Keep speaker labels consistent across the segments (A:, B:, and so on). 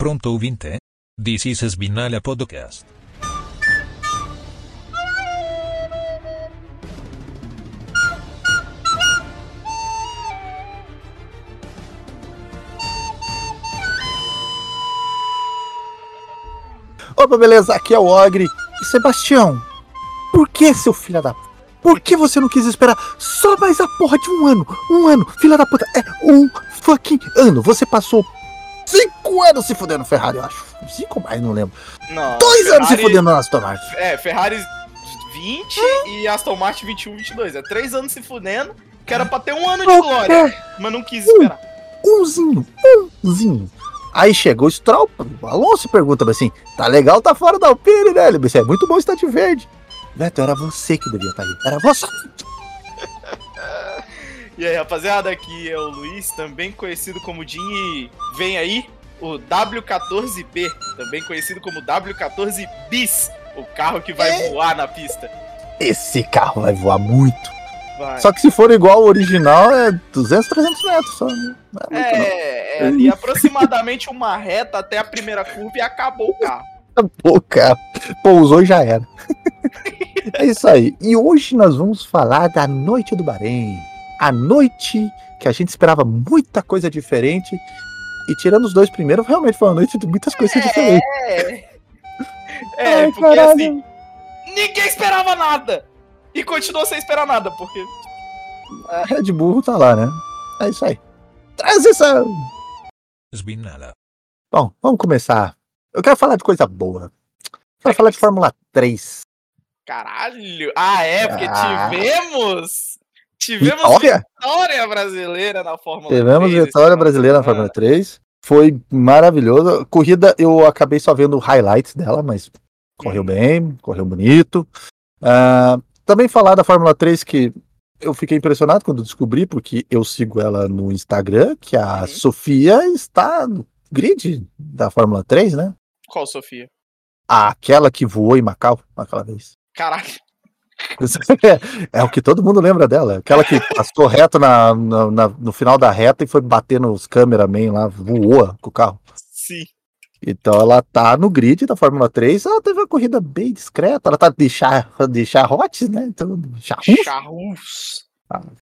A: Pronto ouvinte? This is Sbinala Podcast.
B: Opa, beleza? Aqui é o Ogre. E Sebastião, por que, seu filho da puta? Por que você não quis esperar só mais a porra de um ano? Um ano, filha da puta, é um fucking ano. Você passou cinco anos se fudendo, Ferrari, eu acho. Cinco mais, não lembro.
C: Não,
B: Dois anos se
C: Ferrari-
B: fudendo na Aston Martin.
C: É, Ferrari 20 e Aston Martin 21, 22. É três anos se fudendo, que era pra ter um ano de glória,
B: É,
C: mas não quis esperar.
B: umzinho, umzinho. Aí chegou o Stroll, o Alonso pergunta assim, tá legal, tá fora da Alpine, né? Ele disse, é muito bom estar de verde. Vettel, era você que devia estar ali. Era você.
C: E aí, rapaziada, aqui é o Luiz, também conhecido como Jim, e vem aí o W14B, também conhecido como W14 Bis, o carro que vai
B: É.
C: voar na pista.
B: Esse carro vai voar muito.
C: Vai.
B: Só que se for igual ao original, é 200, 300 metros só. né? Não é muito, não.
C: É, é ali aproximadamente uma reta até a primeira curva e acabou o carro.
B: Pô, Tá cara, pousou e já era. é isso aí. E hoje nós vamos falar da noite do Bahrein. A noite que a gente esperava muita coisa diferente. E tirando os dois primeiros, realmente foi uma noite de muitas coisas diferentes. Ai,
C: É, porque
B: caralho.
C: assim, ninguém esperava nada. E continuou sem esperar nada, porque.
B: A Red Bull tá lá, né? É isso aí. Transição!
A: Sbinala.
B: Bom, vamos começar. Eu quero falar de coisa boa.
C: É
B: Quero falar de Fórmula 3.
C: Caralho! Ah, é, porque
B: Ah.
C: tivemos. Tivemos
B: Olha!
C: vitória brasileira na Fórmula
B: Tivemos
C: 3 esse
B: vitória
C: final de
B: brasileira na
C: semana.
B: Fórmula 3. Foi maravilhoso. Corrida, eu acabei só vendo highlights dela, mas correu bem, correu bonito. Ah, também falar da Fórmula 3 que eu fiquei impressionado quando descobri, porque eu sigo ela no Instagram, que a
C: Uhum.
B: Sofia está no grid da Fórmula 3, né?
C: Qual, Sofia?
B: Aquela que voou em Macau aquela vez.
C: Caralho.
B: é o que todo mundo lembra dela. é Aquela que passou reto na, na- na- no final da reta e foi bater nos cameraman lá, voou com o carro.
C: Sim.
B: Então ela tá no grid da Fórmula 3. Ela teve uma corrida bem discreta. Ela tá de, char, de charrotes, né? Então, charrus,
C: Charrus.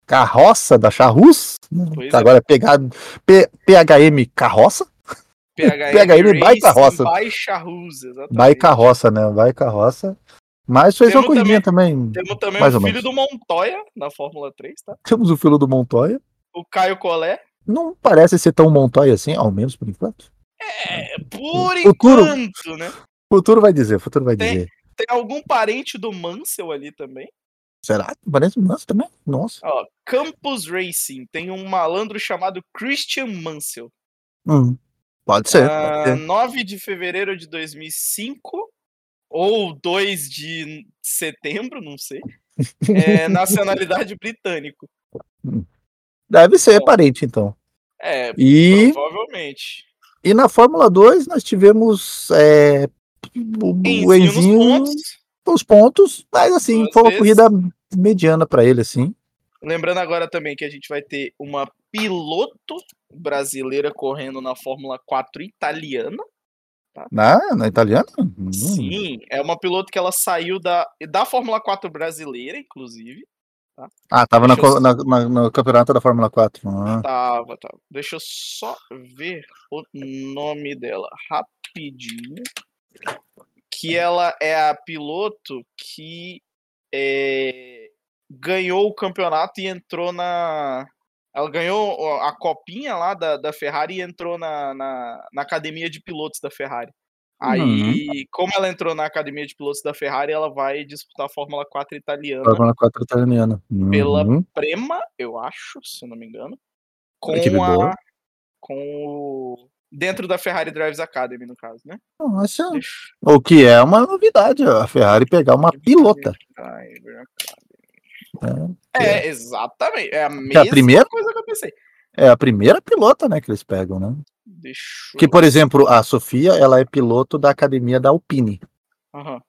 B: carroça da charrus. né?
C: Pois
B: Que
C: é.
B: Agora é pegar P- PHM carroça.
C: PHM.
B: PHM by
C: Racing
B: carroça.
C: By Charrus, exatamente.
B: Vai carroça, né? Vai carroça. Mas fez
C: Temos
B: uma corridinha também.
C: Temos também
B: Mais
C: o
B: ou
C: filho
B: menos.
C: do Montoya na Fórmula 3, tá?
B: Temos o filo do Montoya.
C: O Caio Collet.
B: Não parece ser tão Montoya assim, ao menos por enquanto.
C: É, por
B: Futuro.
C: enquanto, né?
B: Futuro vai dizer, futuro vai
C: Tem-
B: dizer.
C: Tem algum parente do Mansell ali também?
B: Será? Parece um lance também? Nossa.
C: Ó, Campus Racing tem um malandro chamado Christian Mansell.
B: Hum. Pode ser.
C: Ah,
B: pode ser.
C: 9 de fevereiro de 2005 ou 2 de setembro, não sei. É nacionalidade britânico.
B: Deve ser
C: bom.
B: parente, então.
C: É,
B: E,
C: provavelmente.
B: e na Fórmula 2 nós tivemos é, o o
C: Enzinho nos
B: Enzinho
C: pontos.
B: os pontos, mas assim,
C: Duas
B: foi uma
C: vezes.
B: corrida mediana pra ele, assim.
C: Lembrando agora também que a gente vai ter uma piloto brasileira correndo na Fórmula 4 italiana.
B: Na, na italiana? Hum.
C: Sim, é uma piloto que ela saiu da, da Fórmula 4 brasileira, inclusive.
B: Ah, tava na,
C: Deixa eu-
B: co- na- na- no campeonato da Fórmula 4. Ah,
C: Tava, tava. Deixa eu só ver o nome dela rapidinho. Que ela é a piloto que eh, ganhou o campeonato e entrou na. Ela ganhou ó, a copinha lá da, da Ferrari e entrou na, na, na academia de pilotos da Ferrari. Aí, como ela entrou na academia de pilotos da Ferrari, ela vai disputar a Fórmula 4 italiana
B: Fórmula 4 italiana.
C: Uhum. Pela-
B: Uhum.
C: Prema, eu acho, se eu não me engano. Com
B: Equipe boa.
C: a. Com o. Dentro da Ferrari Drives Academy, no caso, né?
B: Nossa,
C: Deixa
B: o que é uma novidade, a Ferrari pegar uma
C: eu ver.
B: pilota.
C: Driver
B: né?
C: Academy. É, exatamente. É a
B: a
C: mesma
B: primeira-
C: coisa que eu pensei.
B: É a primeira pilota, né, que eles pegam, né?
C: Deixa
B: Que,
C: eu-
B: por exemplo, a Sofia, ela é piloto da academia da Alpine.
C: Aham.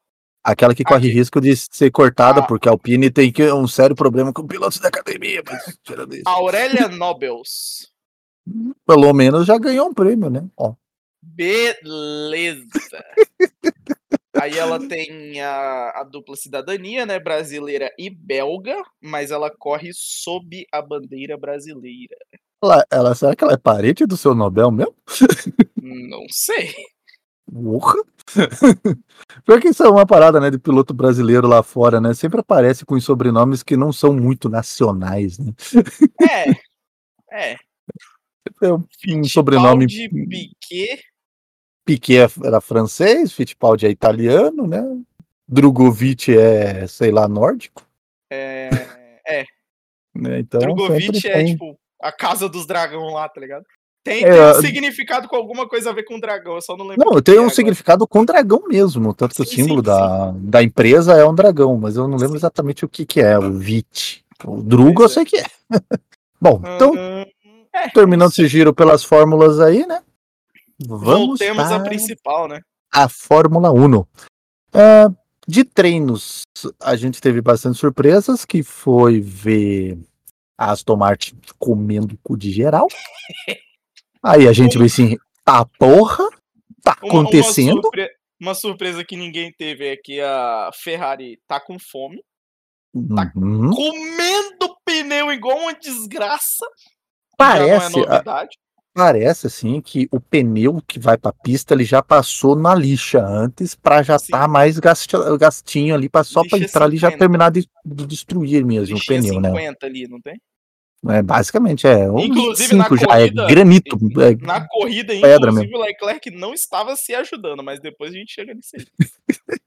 B: Aquela que corre
C: Aqui.
B: risco de ser cortada,
C: Ah.
B: porque a Alpine tem que, um sério problema com pilotos da academia. Mas,
C: Ah.
B: tirando isso,
C: Aurélia Nobels.
B: pelo menos já ganhou um prêmio, né? Ó,
C: Beleza. Aí ela tem a, a dupla cidadania, né? Brasileira e belga, mas ela corre sob a bandeira brasileira.
B: Ela, ela- será que ela é parente do seu Nobel mesmo?
C: Não sei.
B: Porra! Pior que isso é uma parada, né, de piloto brasileiro lá fora, né? Sempre aparece com os sobrenomes que não são muito nacionais, né?
C: É. É.
B: É um, um sobrenome
C: de Piquet.
B: Piquet é- era francês, Fittipaldi é italiano, né? Drogovic é, sei lá, nórdico,
C: É,
B: né? Então,
C: Drogovic
B: sempre
C: é
B: tem-
C: tipo a casa dos dragão lá, tá ligado? Tem,
B: É,
C: tem um
B: a-
C: significado com alguma coisa a ver com dragão, eu só não lembro. o
B: Não,
C: que
B: tem
C: que
B: um
C: é agora.
B: significado com dragão mesmo, tanto que o
C: Sim,
B: símbolo
C: sim,
B: da, da empresa é um dragão, mas eu não lembro exatamente o que que é, o Vit. O Drugo eu
C: Pois é.
B: sei que é. Bom, então
C: Ahn,
B: terminando esse giro pelas fórmulas aí, né? Vamos
C: voltemos à
B: para
C: principal, né?
B: a Fórmula 1. de treinos, a gente teve bastante surpresas, que foi ver a Aston Martin comendo o cu de geral. Aí a gente
C: Um-
B: vê assim, tá porra, tá
C: Uma- uma
B: acontecendo.
C: surpre- Uma, surpresa que ninguém teve é que a surpresa tá com fome, Tá
B: Uhum.
C: comendo pneu igual uma desgraça.
B: Parece,
C: Já não
B: Ah,
C: é
B: a-
C: novidade.
B: parece assim que o pneu que vai pra pista ele já passou na lixa antes pra já
C: Sim.
B: tá mais gasta- gastinho ali pra, só pra
C: Lixa
B: entrar ali e já
C: 50.
B: terminar de, de destruir mesmo o
C: Lixinha
B: pneu, né?
C: 50 ali, não tem?
B: É, basicamente é. Um
C: Inclusive,
B: 25
C: na
B: já
C: corrida,
B: é granito. é-
C: Na corrida,
B: Pedra
C: inclusive, o Leclerc não estava se ajudando, mas depois a gente chega nisso aí.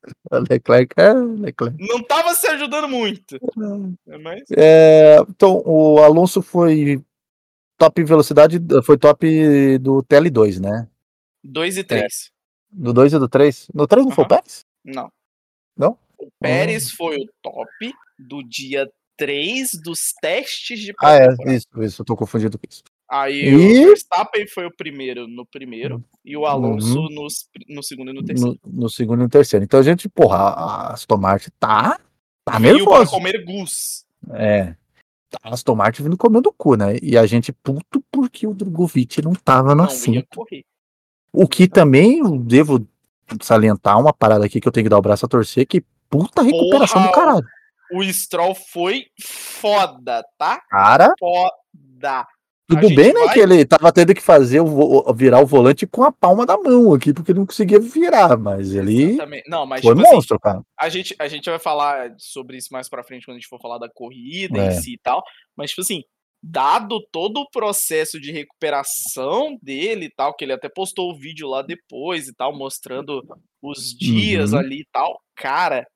B: Leclerc, é, Leclerc.
C: Não estava se ajudando muito.
B: Uhum.
C: né, Mas
B: É, então, o Alonso foi top em velocidade, foi top do TL2, né?
C: 2 e 3.
B: Do 2 e do 3. No 3 não foi o
C: Aham.
B: Pérez?
C: Não.
B: Não?
C: O Pérez foi o top do dia 3 dos testes de
B: Ah, é,
C: pré-temporada.
B: isso, isso, eu tô confundido com isso.
C: Aí
B: E-
C: o Verstappen foi o primeiro no primeiro e o Alonso nos- no segundo e no terceiro.
B: Uhum. No, no segundo e no terceiro. Então, a gente, porra, a Aston Martin tá, tá
C: E o para
B: nervoso.
C: comer gus.
B: É. A Aston Martin vindo comendo o cu, né? E a gente puto porque o Drogovic não tava no
C: Não ia
B: assunto.
C: correr.
B: O que também eu devo salientar uma parada aqui que eu tenho que dar o braço a torcer, que puta recuperação do
C: Porra!
B: caralho.
C: O Stroll foi foda, tá?
B: Cara,
C: Foda.
B: tudo
C: gente
B: bem, né?
C: vai-
B: Que ele tava tendo que fazer o vo- virar o volante com a palma da mão aqui, porque ele não conseguia virar, mas ele
C: Exatamente. Não, mas
B: foi
C: tipo assim,
B: monstro, cara.
C: a gente, a gente vai falar sobre isso mais pra frente quando a gente for falar da corrida
B: É.
C: em si e tal. Mas, tipo assim, dado todo o processo de recuperação dele e tal, que ele até postou o vídeo lá depois e tal, mostrando os dias
B: Uhum.
C: ali e tal, cara,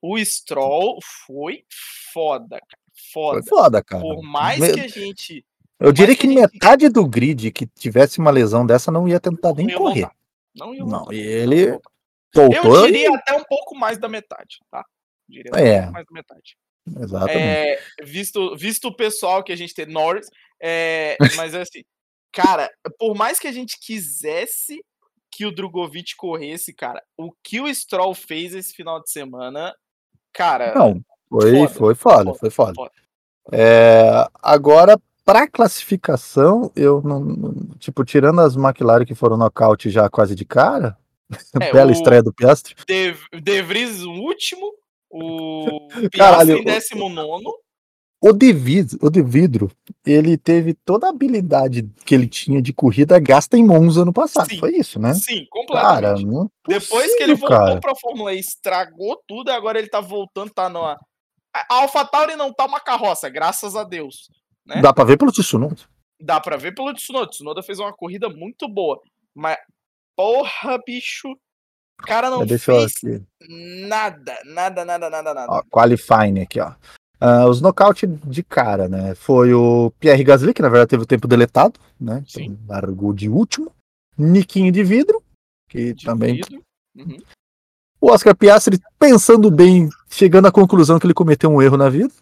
C: o Stroll foi foda, cara. Foda.
B: Foi foda, cara.
C: Por mais
B: Me-
C: que a gente.
B: eu diria
C: mais que
B: que
C: a gente-
B: metade do grid que tivesse uma lesão dessa não ia tentar nem
C: ia
B: correr.
C: voltar, Não, ia
B: Não,
C: voltar,
B: e
C: não ia
B: ele
C: voltar.
B: voltou.
C: Eu
B: e-
C: diria até um pouco mais da metade, tá? Diria até um
B: É.
C: pouco mais da metade.
B: Exatamente.
C: É, visto, visto o pessoal que a gente tem, Norris, é, mas assim, cara, por mais que a gente quisesse que o Drogovic corresse, cara, o que o Stroll fez esse final de semana, cara,
B: Não, foi foda,
C: É, foda,
B: foi foda,
C: foda,
B: foi foda.
C: foda.
B: É, agora, para classificação, eu não, não- Tipo, tirando as McLaren que foram nocaute já quase de cara,
C: É,
B: bela
C: o-
B: estreia do Piastri.
C: De, De Vries o último, o Piastri
B: Caralho,
C: em
B: o-
C: 19
B: O de, Vid- o de Vidro, ele teve toda a habilidade que ele tinha de corrida gasta em Monza no passado.
C: Sim.
B: Foi isso, né?
C: sim,
B: Cara,
C: completamente.
B: não é
C: Depois que ele
B: possível, cara.
C: voltou pra Fórmula E, estragou tudo, e agora ele tá voltando, tá na... A AlphaTauri não tá uma carroça, graças a Deus. né?
B: Dá pra ver pelo Tsunoda.
C: dá pra ver pelo Tsunoda. Tsunoda fez uma corrida muito boa. Mas, porra, bicho. O cara não
B: Deixa eu
C: fez
B: aqui.
C: nada, nada, nada, nada, nada.
B: Ó, qualifying aqui, ó. Ah, os nocaute de cara, né? Foi o Pierre Gasly, que na verdade teve o tempo deletado, né? Então,
C: Sim.
B: largou de último. Niquinho de vidro, que
C: De
B: também.
C: vidro. Uhum.
B: O Oscar Piastri, pensando bem, chegando à conclusão que ele cometeu um erro na vida.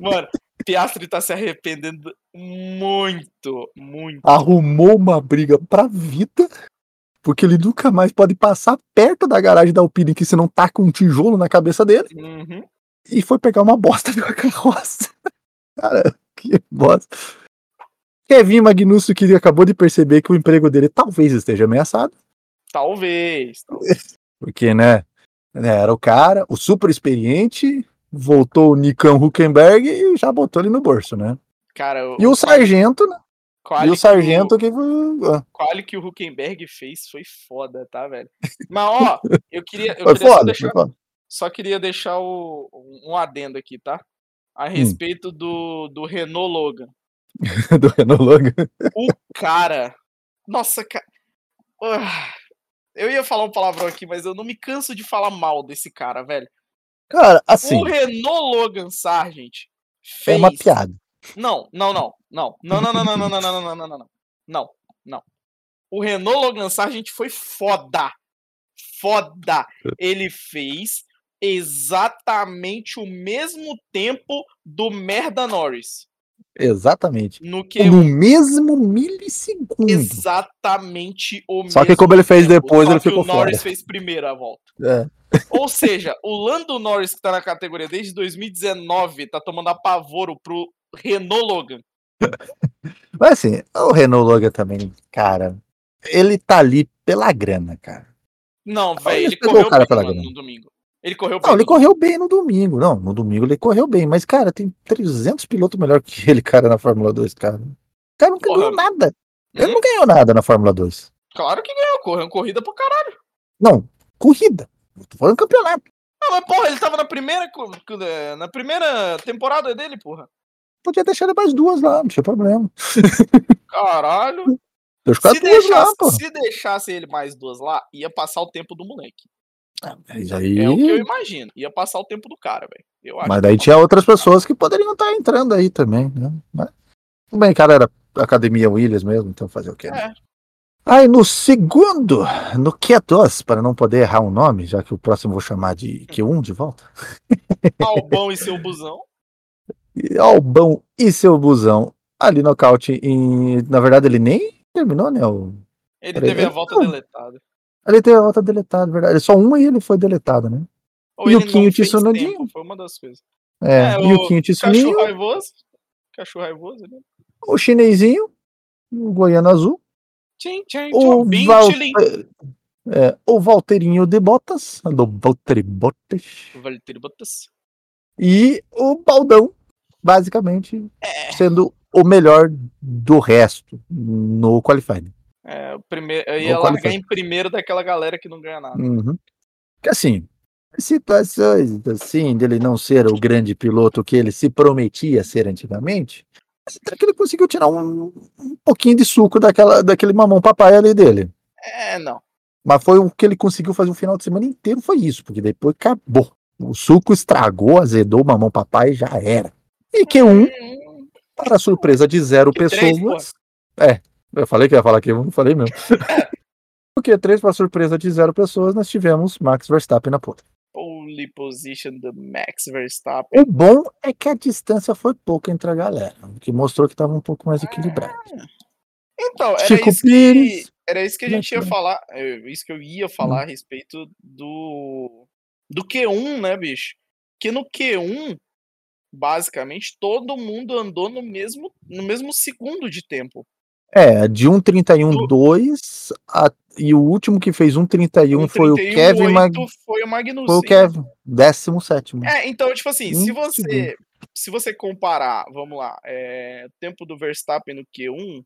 C: Mano, Piastri tá se arrependendo muito, muito.
B: Arrumou uma briga pra vida, porque ele nunca mais pode passar perto da garagem da Alpine, que senão taca um tijolo na cabeça dele.
C: Uhum.
B: E foi pegar uma bosta de uma carroça. Cara, que bosta. Kevin Magnusso, que acabou de perceber que o emprego dele talvez esteja ameaçado,
C: Talvez.
B: porque, né, né, era o cara, o super experiente, voltou o Nicão Huckenberg e já botou ele no bolso, né?
C: Cara,
B: E o sargento, né?
C: quali
B: E
C: que
B: o sargento que. ah,
C: quali que o Huckenberg fez foi foda, tá, velho? Mas, ó, eu queria. Eu
B: Foi
C: queria só
B: foda,
C: deixar-
B: foi foda.
C: só queria deixar o- um um adendo aqui, tá? A
B: Hum.
C: respeito do, do Renault Logan.
B: Do Renault Logan.
C: O cara. Nossa, cara. Eu ia falar um palavrão aqui, mas eu não me canso de falar mal desse cara, velho.
B: Cara, assim,
C: O Renault Logan Sargent
B: é
C: fez.
B: uma piada.
C: Não, não, não, não. Não, não, não, não, não, não, não, não, não, não, não, não. Não, não. O Renault Logan Sargent foi foda. Foda. Ele fez exatamente o mesmo tempo do Merda Norris.
B: Exatamente.
C: No que
B: No mesmo milissegundo.
C: exatamente o mesmo.
B: Só que como ele fez
C: tempo,
B: depois,
C: só
B: ele
C: que
B: ficou
C: o Norris
B: fora.
C: fez primeiro a volta.
B: É.
C: Ou seja, o Lando Norris, que tá na categoria desde 2019, tá tomando apavoro pro Renault Logan.
B: Mas assim, o Renault Logan também, cara, ele tá ali pela grana, cara.
C: Não,
B: Ah, ele
C: velho, ele
B: pegou
C: correu
B: o cara
C: bem,
B: pela
C: mano,
B: grana.
C: no domingo. Ele correu
B: Não,
C: bem
B: ele
C: no domingo.
B: correu bem no domingo. Não, no domingo ele correu bem, mas, cara, tem 300 pilotos melhor que ele, cara, na Fórmula 2, cara. O cara não ganhou
C: Porra.
B: nada. Ele
C: Hum?
B: não ganhou nada na Fórmula 2.
C: Claro que ganhou, correu corrida pra caralho.
B: Não, corrida. Eu Tô falando campeonato.
C: Não, mas porra, ele tava na primeira, co- co- eh, na primeira temporada dele, porra.
B: Podia deixar ele mais duas lá, não tinha problema.
C: Caralho.
B: Deixa
C: Se
B: quase duas lá,
C: deixasse, é
B: pô.
C: se deixasse ele mais duas lá, ia passar o tempo do moleque.
B: Mas aí.
C: É o que eu imagino. Ia passar o tempo do cara, velho. Eu acho.
B: Mas daí tinha outras pessoas que poderiam estar entrando aí também, né? Mas, tudo bem, cara, era Academia Williams mesmo, então fazer o quê? né?
C: É.
B: Aí no segundo, no Q2, para não poder errar um nome, já que o próximo eu vou chamar de Q1 de volta.
C: Albão e seu busão.
B: E Albão e seu busão ali nocaute em. Na verdade, ele nem terminou, né? O...
C: Ele
B: Peraí,
C: teve a
B: eu-
C: volta
B: não.
C: deletada.
B: Ele teve a volta deletada, verdade. Só uma e ele foi deletado, né?
C: Ou
B: E o
C: ele não
B: Quinho
C: fez
B: Tsunodinho?
C: tempo, Foi uma das coisas.
B: É,
C: É,
B: e o
C: o
B: Quinho
C: Cachorro
B: Tissuninho,
C: raivoso. Cachorro raivoso, né?
B: o chinesinho, o Goiano Azul.
C: Tchim, tchim,
B: O,
C: tchum, bim,
B: Val...
C: tchilim.
B: é, o Valterinho de Botas, do Valtteri Bottas,
C: Valtteri Bottas.
B: e o Baldão, basicamente, sendo o melhor do resto no qualifying.
C: É, o primeiro, eu
B: Vou
C: ia largar
B: qualificar.
C: em primeiro daquela galera que não ganha nada.
B: Uhum. Que assim, situações assim, dele não ser o grande piloto que ele se prometia ser antigamente, até que ele conseguiu tirar um, um pouquinho de suco daquela, daquele mamão papai ali dele.
C: É, não.
B: Mas foi o que ele conseguiu fazer o final de semana inteiro, foi isso, porque depois acabou. O suco estragou, azedou, mamão papai já era. E Q1,
C: Hum,
B: para surpresa de zero
C: Q3,
B: pessoas. É, eu falei que ia falar Q1, não falei mesmo. o Q3, para surpresa de zero pessoas, nós tivemos Max Verstappen na pole.
C: Pole position do Max Verstappen.
B: O bom é que a distância foi pouca entre a galera, o que mostrou que estava um pouco mais equilibrado.
C: Então, era
B: Chico
C: isso que,
B: Pires. Hum.
C: era isso que a gente ia
B: Max
C: falar. é, Isso que eu ia falar a respeito do. Do Q1, né, bicho? Que no Q1, basicamente, todo mundo andou no mesmo, no mesmo segundo de tempo.
B: É, de 1,31,2 a- e o último que fez 1,31 foi o
C: 31,
B: Kevin
C: oito
B: Mag...
C: Foi o Magnussen.
B: Foi o Kevin, 17.
C: É, então, tipo assim, se
B: Hum,
C: você se você comparar, vamos lá, é, o tempo do Verstappen no Q1,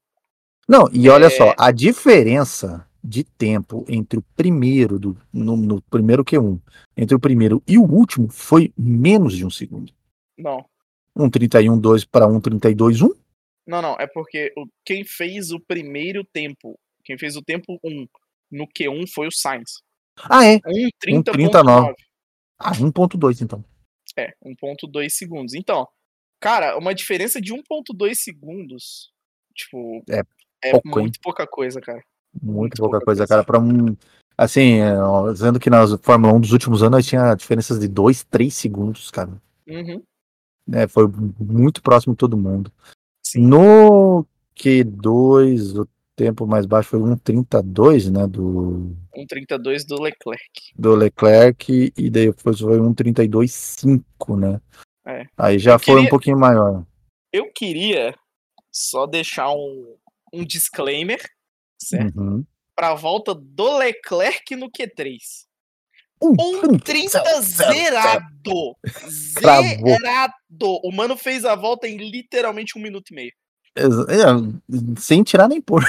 B: Não, e olha
C: É.
B: só, a diferença de tempo entre o primeiro, do, no, no primeiro Q1, entre o primeiro e o último foi menos de um segundo.
C: não,
B: 1,31,2 para 1,32,1.
C: não, não, é porque o, quem fez o primeiro tempo, quem fez o tempo 1 no Q1 foi o Sainz.
B: Ah, é.
C: 1,30.9.
B: Ah, 1,2 então.
C: É, 1,2 segundos. Então, cara, uma diferença de 1,2 segundos, tipo,
B: É
C: é
B: pouco, hein?
C: muito pouca coisa, cara.
B: Muito,
C: Muito
B: pouca
C: pouca
B: coisa,
C: coisa.
B: cara. Para um. Assim, é, ó, dizendo que na Fórmula 1 dos últimos anos nós tinha diferenças de 2, 3 segundos, cara.
C: Uhum.
B: né, foi muito próximo de todo mundo.
C: Sim.
B: No Q2, o tempo mais baixo foi 1,32, né? Do,
C: 1,32 do Leclerc.
B: do Leclerc, e daí depois foi 1,32,5, né?
C: É.
B: Aí já
C: Eu
B: foi um
C: queria-
B: pouquinho maior.
C: Eu queria só deixar um, um disclaimer, certo?
B: Uhum.
C: Para a volta do Leclerc no Q3.
B: Um,
C: Um 30 zerado!
B: Travou.
C: Zerado! O mano fez a volta em literalmente um minuto e meio.
B: Exa- é, sem tirar nem pôr.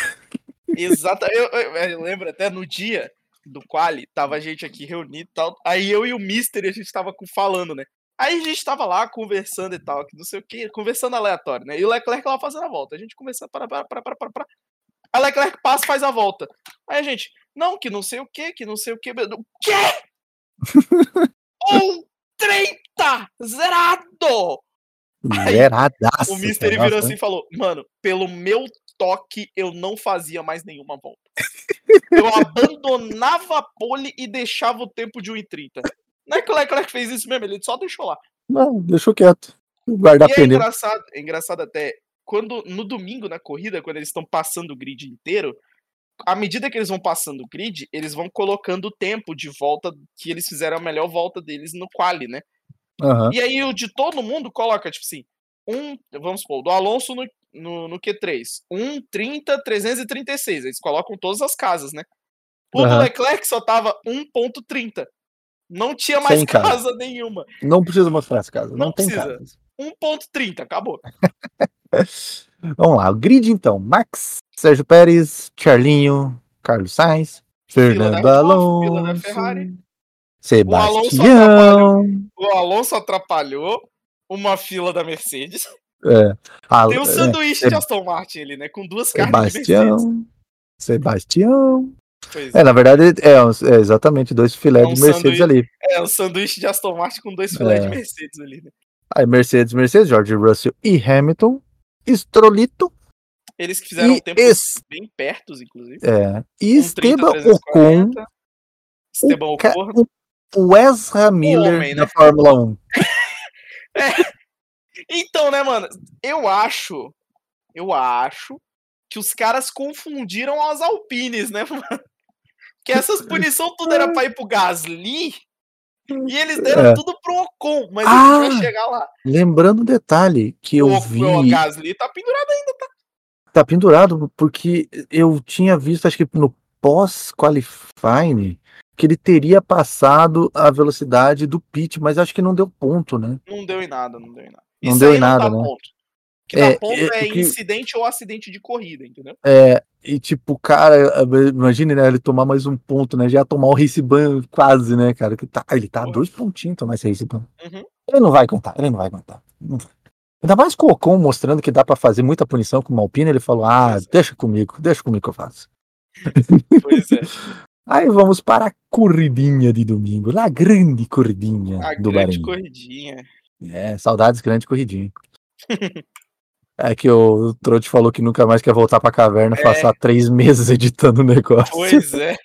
C: Exato. Eu, eu- eu lembro até no dia do quali, tava a gente aqui reunido e tal. Aí eu e o Mister, a gente tava com- falando, né? Aí a gente tava lá conversando e tal, que não sei o que, conversando aleatório, né? E o Leclerc lá fazendo a volta. A gente conversando, para, para, para, para, para, para. A Leclerc passa e faz a volta. Aí a gente, não, que não sei o que, que não sei o que. O quê? Um 30 zerado! Aí,
B: Zeradaço.
C: O Mister ele
B: cara,
C: virou
B: nossa,
C: assim e falou: Mano, pelo meu toque eu não fazia mais nenhuma volta. Eu abandonava a pole e deixava o tempo de 1,30. Não é que o Leclerc fez isso mesmo, ele só deixou lá.
B: Não, deixou quieto. Guardar
C: e é
B: pneu.
C: engraçado, é engraçado até, quando no domingo na corrida, quando eles estão passando o grid inteiro, à medida que eles vão passando o grid, eles vão colocando o tempo de volta que eles fizeram a melhor volta deles no quali, né?
B: Aham.
C: E aí o de todo mundo coloca, tipo assim, um, vamos supor, do Alonso no, no, um no Q3, 1, 30, 336. Eles colocam todas as casas, né? O do
B: Aham.
C: Leclerc só tava 1.30. Não tinha mais
B: Sem casa.
C: casa. nenhuma.
B: Não precisa mostrar as casas. Não,
C: Não
B: tem
C: precisa.
B: casas.
C: 1.30, acabou.
B: Vamos lá, o grid então. Max, Sérgio Pérez, Charlinho, Carlos Sainz,
C: da
B: Fernando
C: Renault, né? fila da
B: Alonso,
C: Ferrari. Um Alonso
B: Sebastião.
C: O Alonso atrapalhou uma fila da Mercedes.
B: É, Al-
C: Tem um
B: é,
C: sanduíche de Aston Martin ali, né? Com duas carnes de Mercedes.
B: Sebastião. Sebastião.
C: Pois
B: É,
C: é.
B: na verdade, é, um- é exatamente dois filé
C: É um
B: de Mercedes
C: sanduíche.
B: ali.
C: é um sanduíche de Aston Martin com dois filés de
B: É.
C: Mercedes ali, né?
B: Aí Mercedes, Mercedes, George Russell e Hamilton. Estrolito
C: Eles que fizeram
B: e,
C: um tempo
B: es,
C: bem perto, inclusive.
B: é, e
C: Um 30,
B: Esteban
C: 340,
B: Ocon,
C: Esteban
B: ca-
C: Ocon.
B: o Ezra Miller
C: homem,
B: da
C: né?
B: Fórmula 1.
C: Então, né, mano? Eu acho. Eu acho que os caras confundiram as Alpines, né, mano? Que essas punições tudo era pra ir pro Gasly. E eles deram
B: É.
C: tudo pro Ocon. Mas a gente
B: Ah,
C: vai chegar lá.
B: Lembrando um detalhe que eu
C: o,
B: vi.
C: o Gasly tá pendurado aí.
B: Tá pendurado, porque eu tinha visto, acho que no pós-qualifying, que ele teria passado a velocidade do pit, mas acho que não deu ponto, né?
C: Não deu em nada, não deu em nada.
B: Não deu
C: aí
B: em
C: dá
B: nada, né?
C: ponto. O que dá
B: É,
C: ponto
B: é,
C: é,
B: o que-
C: incidente ou acidente de corrida, entendeu?
B: É, e tipo, o cara, imagine, né? Ele tomar mais um ponto, né? Já tomar o race ban quase, né, cara? Que tá, ele tá a
C: Porra.
B: dois pontinhos tomar esse race ban.
C: Uhum.
B: Ele não vai contar, ele não vai contar. Não vai. Ainda mais com o Ocon mostrando que dá pra fazer muita punição com o Alpine, ele falou: ah,
C: Pois é.
B: deixa comigo, deixa comigo que eu faço.
C: Pois é.
B: Aí vamos para a corridinha de domingo, lá a grande corridinha
C: A
B: do
C: grande
B: Bahrein.
C: corridinha.
B: É, saudades grande corridinha. é que o Trote falou que nunca mais quer voltar pra caverna,
C: É.
B: passar três meses editando o negócio.
C: Pois é.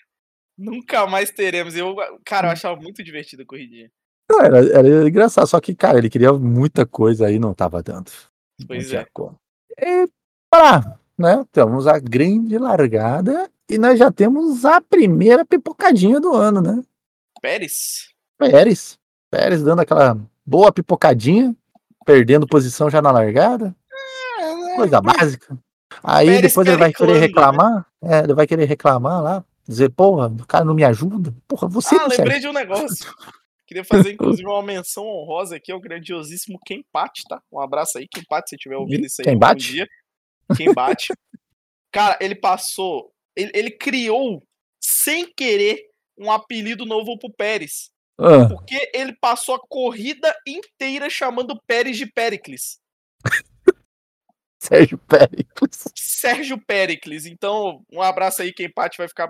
C: Nunca mais teremos. Eu, cara, eu achava muito divertido a corridinha.
B: Não, Era, era engraçado, só que, cara, ele queria muita coisa aí não tava dando. não
C: Pois
B: tinha
C: é.
B: como. E para, né? Temos a grande largada e nós já temos a primeira pipocadinha do ano, né?
C: Pérez?
B: Pérez. Pérez dando aquela boa pipocadinha, perdendo posição já na largada, coisa básica. Aí
C: É, Pérez né?
B: depois ele vai querer
C: periclando,
B: reclamar, é, ele vai querer reclamar lá, dizer, porra, o cara não me ajuda. Porra, você
C: Ah,
B: não serve.
C: lembrei de um negócio. Queria fazer, inclusive, uma menção honrosa aqui ao grandiosíssimo Quem Bate, tá? Um abraço aí, Quem Bate, se tiver ouvindo isso aí.
B: Quem
C: algum
B: Bate?
C: dia. Quem Bate. Cara, ele passou. Ele, ele criou, sem querer, um apelido novo pro Pérez.
B: Ah,
C: Porque ele passou a corrida inteira chamando o Pérez de Péricles.
B: Sérgio Pérez.
C: Sérgio Péricles. Então, um abraço aí, quem empate vai ficar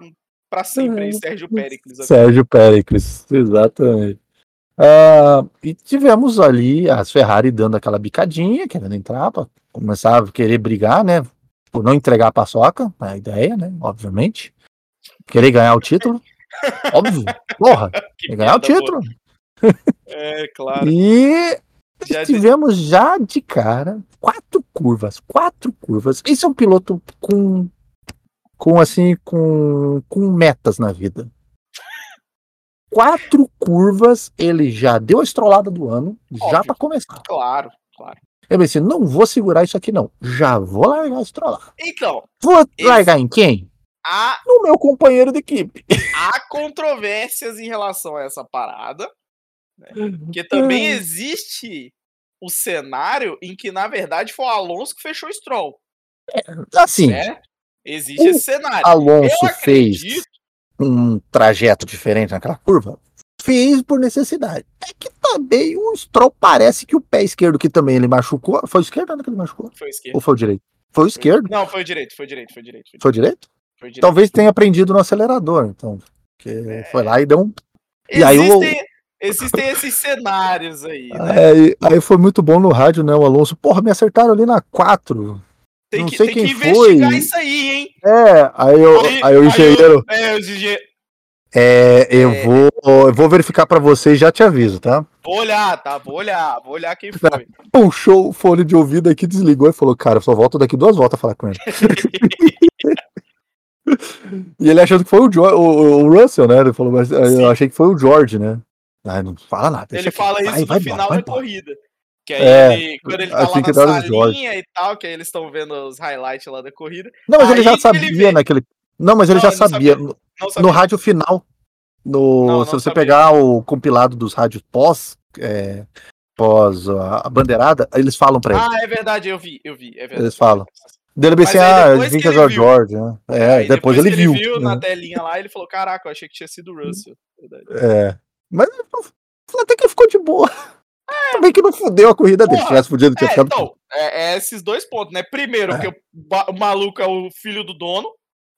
C: pra sempre
B: Uhum.
C: aí, Sérgio Péricles.
B: Sérgio Péricles, exatamente. Ah, e tivemos ali as Ferrari dando aquela bicadinha, querendo entrar, pra começar a querer brigar, né? Por não entregar a paçoca, a ideia, né? Obviamente. Querer ganhar o título. Óbvio. Porra,
C: Que
B: quer ganhar o
C: piada boa.
B: título.
C: É, claro.
B: E
C: Já de-
B: tivemos já de cara quatro curvas. Quatro curvas. Esse é um piloto com. Com assim, com, com metas na vida. Quatro curvas, ele já deu a estrolada do ano, já
C: Óbvio.
B: pra começar.
C: Claro, claro.
B: Eu pensei, não vou segurar isso aqui, não. Já vou largar esse trollar.
C: Então,
B: Vou
C: Esse-
B: largar em quem?
C: há
B: No meu companheiro de equipe.
C: há controvérsias em relação a essa parada, porque também
B: Uhum.
C: existe o cenário em que, na verdade, foi o Alonso que fechou o Stroll,
B: Assim,
C: né? Existe esse cenário.
B: Alonso
C: Eu
B: fez
C: acredito,
B: um trajeto diferente naquela curva? Fez por necessidade. É que também o Stroll parece que o pé esquerdo, que também ele machucou. Foi o esquerdo né, que ele machucou?
C: foi o esquerdo.
B: Ou foi o direito? Foi o esquerdo?
C: Não, foi o direito, foi o direito, foi o direito. Foi o
B: Foi o direito?
C: direito, foi o direito.
B: Talvez tenha aprendido no acelerador, então. Porque foi lá e deu um. e aí o-
C: existem, existem esses cenários aí, né?
B: Aí, É, aí foi muito bom no rádio, né? O Alonso, porra, me acertaram ali na 4.
C: Tem
B: não
C: que,
B: sei
C: tem que
B: quem
C: investigar
B: foi.
C: isso aí, hein?
B: É, aí, eu,
C: Aí-
B: aí, o
C: aí
B: engenheiro.
C: É, o Gigi-
B: É, eu,
C: É.
B: Vou, eu vou verificar pra você e já te aviso, tá?
C: Vou olhar, tá? Vou olhar, vou olhar quem foi.
B: Puxou o fone de ouvido aqui, desligou e falou: Cara, eu só volto daqui duas voltas a falar com ele. e ele achando que foi o, Geor- o, o Russell, né? Ele falou: Mas
C: Sim.
B: eu achei que foi o George, né? Ah, não fala nada. deixa
C: Ele
B: quieto,
C: fala isso
B: vai,
C: no
B: vai embora,
C: final
B: vai
C: da
B: embora.
C: corrida. Que aí
B: É,
C: ele, quando ele tá
B: assim
C: lá
B: que
C: na
B: dá nos olhos.
C: salinha e tal, que aí eles estão vendo os highlights lá da corrida.
B: Não, mas ele
C: Aí
B: já
C: que ele
B: sabia
C: vê.
B: naquele. Não, mas ele
C: Não,
B: já
C: ele não
B: sabia.
C: sabia.
B: No,
C: Não
B: no
C: sabia.
B: rádio final. No,
C: Não,
B: se
C: não
B: você
C: sabia.
B: pegar o compilado dos rádios pós. é, pós a, a bandeirada, eles falam pra ele.
C: Ah, é verdade, eu vi, eu vi, é verdade.
B: Eles falam. Dele
C: Mas
B: pensei,
C: aí
B: ah,
C: depois que
B: Vinca
C: ele
B: George
C: viu.
B: George, né? É,
C: Aí
B: depois, ele
C: que
B: viu.
C: na
B: né?
C: telinha lá, ele falou: Caraca, eu achei que tinha sido o Russell. Verdade.
B: É. Mas ele falou até que ficou de boa. Também que não fudeu a corrida dele.
C: Porra.
B: Se tivesse fudido, tinha
C: É,
B: ficado.
C: então, é, é esses dois pontos, né? Primeiro,
B: É.
C: que o, ba- o maluco é o filho do dono,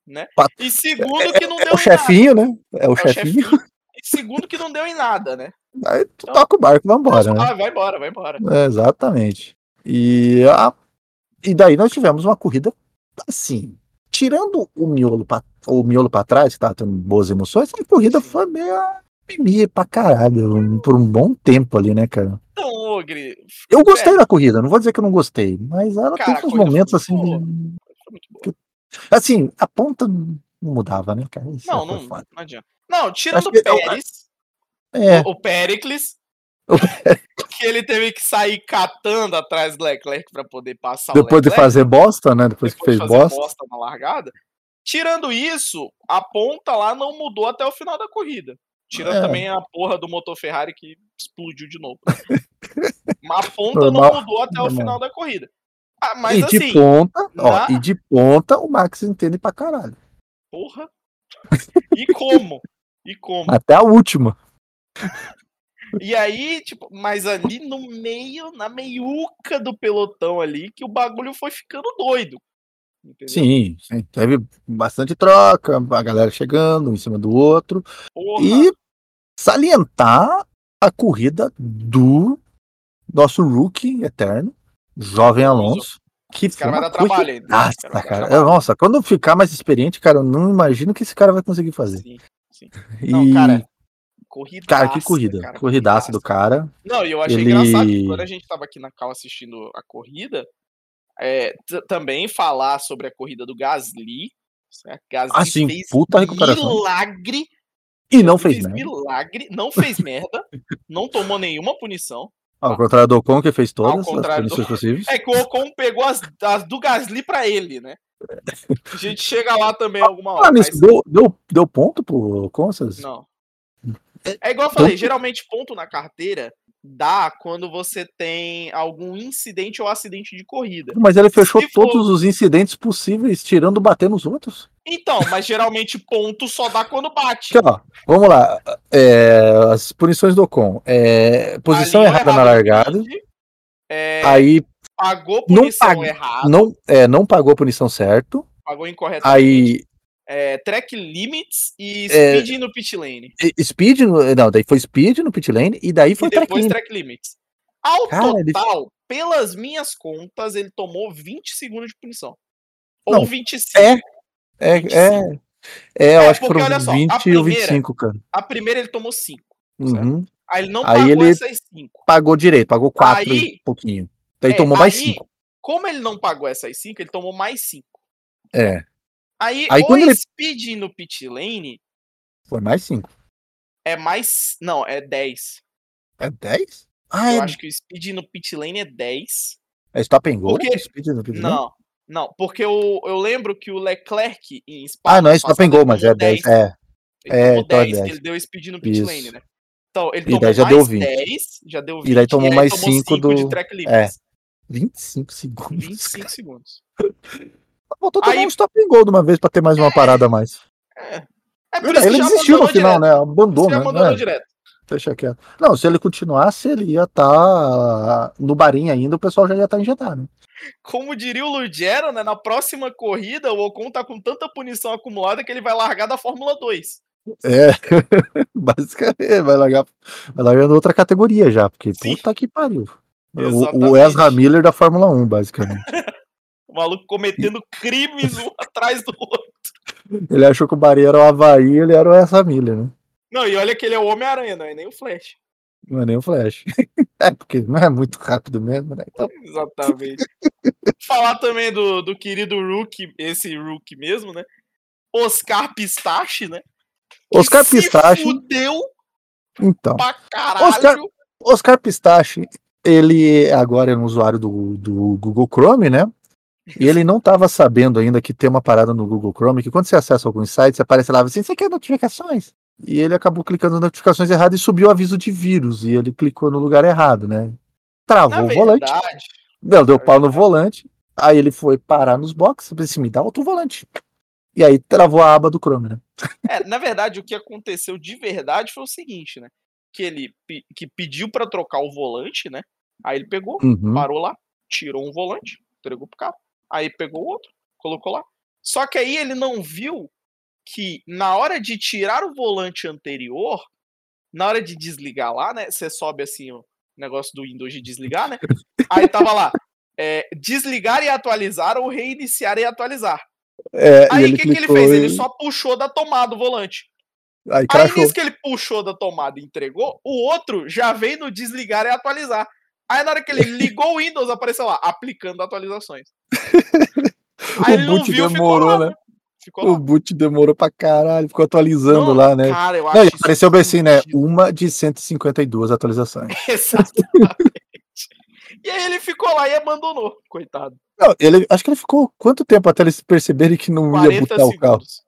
C: né?
B: Pat-
C: E segundo, que não deu
B: é o
C: em nada.
B: chefinho, né? É o
C: É o
B: chefinho.
C: E segundo, que não deu em nada, né?
B: Aí tu toca o barco e vambora, né?
C: Ah, vai embora, vai embora.
B: É, exatamente. E, a... e daí nós tivemos uma corrida assim. Tirando o miolo pra, o miolo pra trás, que tava tendo boas emoções, a corrida foi meio mimir pra caralho, um- por um bom tempo ali, né, cara?
C: Então, Ogre,
B: Eu gostei da corrida, não vou dizer que eu não gostei, mas ela
C: É. Cara,
B: teve
C: a
B: uns
C: corrida
B: momentos
C: foi
B: assim.
C: boa.
B: de-
C: foi muito boa.
B: Assim, a ponta não mudava, né, cara? Isso
C: Não,
B: foi
C: não,
B: foda.
C: não adianta. Não, tirando
B: Acho
C: o
B: que eu-
C: Pérez,
B: É,
C: o Péricles,
B: O
C: que ele teve que sair catando atrás do Leclerc pra poder passar o
B: depois de
C: Leclerc,
B: fazer bosta, né? Depois, que
C: é. depois
B: fez
C: de fazer
B: bosta.
C: na largada. Tirando isso, a ponta lá não mudou até o final da corrida. Tirando
B: É.
C: também a porra do motor Ferrari que explodiu de novo. Mas a ponta
B: Normal,
C: não mudou até o
B: normal.
C: final da corrida. Ah, mas
B: e de
C: assim,
B: ponta, ó,
C: na-
B: e de ponta o Max entende pra caralho.
C: porra. E como? E como?
B: Até a última.
C: E aí, tipo, mas ali no meio, na meiuca do pelotão ali, que o bagulho foi ficando doido. Entendeu?
B: Sim, sim, teve bastante troca, a galera chegando um em cima do outro.
C: Porra,
B: E salientar a corrida do nosso rookie eterno, jovem Alonso. Que
C: esse cara
B: foi
C: vai
B: uma
C: dar trabalho ainda. Esse
B: corridaça,
C: vai dar
B: cara.
C: trabalho.
B: Nossa, quando eu ficar mais experiente, cara, eu não imagino o que esse cara vai conseguir fazer.
C: Sim.
B: E,
C: Não, cara,
B: cara,
C: corridaça.
B: que corrida.
C: cara,
B: corridaça do cara.
C: Não, e eu achei
B: Ele-
C: engraçado que quando a gente tava aqui na cal assistindo a corrida, é, t- também falar sobre a corrida do Gasly. Certo? Gasly
B: Ah, sim, puta recuperação.
C: milagre.
B: E não
C: Gasly
B: fez merda.
C: milagre, não fez merda, não tomou nenhuma punição.
B: Ao contrário do Ocon, que fez todas as
C: contrário do-
B: punições possíveis.
C: É que o Ocon pegou as, as do Gasly pra ele, né? A gente chega lá também alguma hora.
B: Ah, nisso,
C: mas
B: deu, deu, deu ponto pro Ocon? Essas...
C: não. É igual eu falei, geralmente ponto na carteira dá quando você tem algum incidente ou acidente de corrida.
B: Mas ele fechou
C: Se for-
B: todos os incidentes possíveis, tirando bater nos outros.
C: Então, mas geralmente ponto só dá quando bate.
B: Aqui, ó. Vamos lá. É, as punições do Ocon. É, posição
C: Alinhou
B: errada na
C: errado no
B: largada.
C: grid, é,
B: Aí
C: pagou
B: não
C: punição
B: paga-
C: errada,
B: não, é, não pagou a punição certo.
C: pagou incorretamente.
B: Aí
C: É, track limits e
B: É,
C: speed no pit lane.
B: e- speed. no- Não, daí foi speed no pit lane. E daí foi
C: e depois
B: track limit.
C: track limits. Ao
B: Cara, ele-
C: total, pelas minhas contas, ele tomou 20 segundos de punição.
B: Não,
C: Ou 25.
B: é, É, é, é, eu
C: É,
B: acho que
C: porque
B: foram
C: olha só, a
B: 20 ou
C: primeira-
B: 25, cara.
C: A primeira ele tomou 5.
B: Uhum.
C: Aí ele não
B: Aí
C: pagou
B: ele-
C: essas 5.
B: Pagou direito, pagou 4
C: Aí-
B: e pouquinho. Daí
C: É,
B: tomou mais
C: aí-
B: 5.
C: Como ele não pagou essas 5, ele tomou mais 5.
B: É,
C: Aí,
B: Aí
C: o
B: quando ele-
C: speed no pit lane
B: foi mais 5.
C: é mais. Não, é 10.
B: É 10? Ah,
C: Eu
B: é,
C: acho que o speed no pit lane é 10.
B: É stop and go?
C: Porque-
B: Speed and Speed
C: Não, não, porque eu, eu lembro que o Leclerc em Spa
B: Ah, não é
C: no
B: stop and
C: passado,
B: go,
C: ele
B: mas
C: tomou
B: é 10. É,
C: Ele
B: É,
C: tomou
B: então é
C: 10,
B: 10.
C: ele deu speed no pit
B: Isso.
C: lane, né? Então, ele
B: E
C: tomou
B: daí já
C: mais
B: deu 20.
C: 10, já deu 20.
B: daí tomou mais cinco
C: cinco de
B: do- é.
C: track limits.
B: 25 segundos.
C: 25 segundos.
B: Faltou tomar
C: Aí-
B: um stop and go de uma vez pra ter mais uma parada a mais.
C: É por
B: Ele
C: já
B: desistiu no
C: abandonou
B: final,
C: direto.
B: né? Abandonou,
C: já
B: né?
C: abandonou
B: É,
C: direto.
B: deixa quieto. Não, se ele continuasse, ele ia estar no barinho ainda, o pessoal já ia estar tá injetado. né?
C: Como diria o Lugero, né? Na próxima corrida, o Ocon tá com tanta punição acumulada que ele vai largar da Fórmula 2.
B: É, basicamente, vai largar, vai largar em outra categoria já, porque
C: Sim.
B: puta que pariu. O, o
C: Exatamente.
B: Ezra Miller da Fórmula 1, basicamente.
C: O maluco cometendo crimes um atrás do outro.
B: ele achou que o Bahrein era o Havaí, ele era o Ezra Miller, né?
C: Não, e olha que ele é o Homem-Aranha, não é nem o Flash.
B: Não é nem o Flash. é, porque não é muito rápido mesmo, né? Então,
C: Exatamente. Falar também do, do querido Rookie, esse Rookie mesmo, né? Oscar Pistache, né? Que
B: Oscar
C: se
B: Pistache,
C: Fudeu
B: então.
C: pra caralho.
B: Oscar- Oscar Pistache, ele agora é um usuário do, do Google Chrome, né? E ele não estava sabendo ainda que tem uma parada no Google Chrome que quando você acessa alguns sites, aparece lá assim: você quer notificações? E ele acabou clicando nas notificações erradas e subiu o aviso de vírus. E ele clicou no lugar errado, né? Travou
C: Na
B: o volante.
C: verdade,
B: Não, deu pau no volante. Aí ele foi parar nos boxes e disse: me dá outro volante. E aí travou a aba do Chrome, né?
C: é, na verdade, o que aconteceu de verdade foi o seguinte, né? Que ele pe- que pediu pra trocar o volante, né? Aí ele pegou,
B: Uhum.
C: parou lá, tirou um volante, entregou pro cara. Aí pegou o outro, colocou lá. Só que aí ele não viu que na hora de tirar o volante anterior, na hora de desligar lá, né? Você sobe assim o negócio do Windows de desligar, né? Aí tava lá. é, desligar e atualizar ou reiniciar e atualizar.
B: É, e
C: Aí o
B: ele
C: que, que ele
B: clicou.
C: fez?
B: e-
C: Ele só puxou da tomada o volante.
B: Aí
C: Aí
B: crashou.
C: nisso que ele puxou da tomada e entregou, o outro já veio no desligar e atualizar. Aí na hora que ele ligou o Windows, apareceu lá, aplicando atualizações. Aí ele
B: O
C: não
B: boot
C: viu,
B: demorou,
C: ficou lá,
B: né?
C: Ficou
B: O
C: lá.
B: boot demorou pra caralho, ficou atualizando
C: Não,
B: lá, né?
C: Cara, eu
B: Não, e
C: acho
B: apareceu bem assim, né?
C: fudido.
B: Uma de 152 atualizações.
C: Exatamente. E aí ele ficou lá e abandonou, coitado.
B: Não, ele, acho que ele ficou quanto tempo até eles perceberem que não ia
C: 40
B: botar o carro?
C: segundos.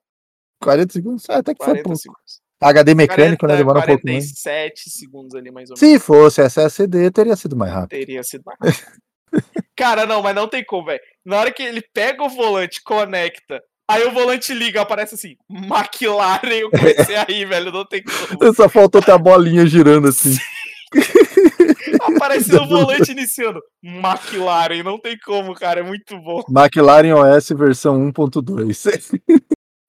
B: 40 segundos? Ah, até que foi
C: 40
B: pouco.
C: segundos.
B: HD mecânico, né?
C: 40,
B: Demora um pouco mais.
C: 47 segundos ali, mais ou menos.
B: Se fosse SSD, teria sido mais rápido.
C: Teria sido mais rápido. Cara, não, mas não tem como, velho. Na hora que ele pega o volante, conecta, aí o volante liga, aparece assim, McLaren, eu comecei a rir, velho, não tem como.
B: Só faltou ter a bolinha girando assim.
C: Aparece no volante iniciando, McLaren, não tem como, cara, é muito bom.
B: McLaren OS versão 1.2.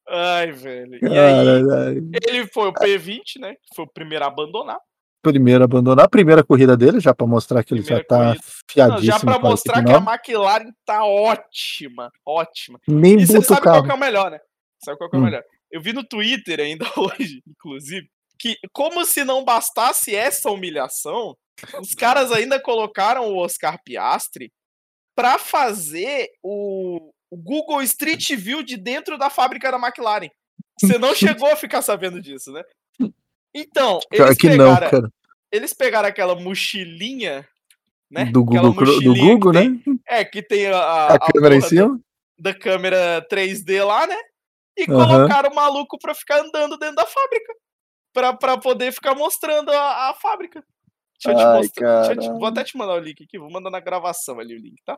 C: Ai, velho. E aí,
B: Caralho.
C: ele foi o P20, né, foi o primeiro a abandonar.
B: Primeiro abandonar a primeira corrida dele, já pra mostrar que ele já
C: Primeira
B: tá
C: corrida. Não,
B: fiadíssimo.
C: já pra
B: pra
C: mostrar
B: equipe
C: que a
B: nova.
C: McLaren tá ótima, ótima.
B: Nem
C: E você sabe qual que
B: butucava.
C: é o melhor, né? Sabe qual que é o
B: Hum.
C: melhor? Eu vi no Twitter ainda hoje, inclusive, que como se não bastasse essa humilhação, os caras ainda colocaram o Oscar Piastri pra fazer o, o Google Street View de dentro da fábrica da McLaren. Você não chegou a ficar sabendo disso, né? Então,
B: Pior
C: eles
B: que não,
C: pegaram,
B: cara.
C: eles pegaram aquela mochilinha, né?
B: Do
C: Aquela
B: Google, Cro- do
C: mochilinha que
B: Google
C: tem-
B: né?
C: É, que tem a, a,
B: A,
C: a
B: câmera em
C: porra né? da-
B: cima.
C: da câmera 3D lá, né? E
B: Aham.
C: colocaram o maluco pra ficar andando dentro da fábrica. Pra, pra poder ficar mostrando a, a fábrica. Deixa eu te
B: Ai,
C: mostrar. deixa eu te-
B: caralho.
C: vou até te mandar o link aqui, vou mandar na gravação ali o link, tá?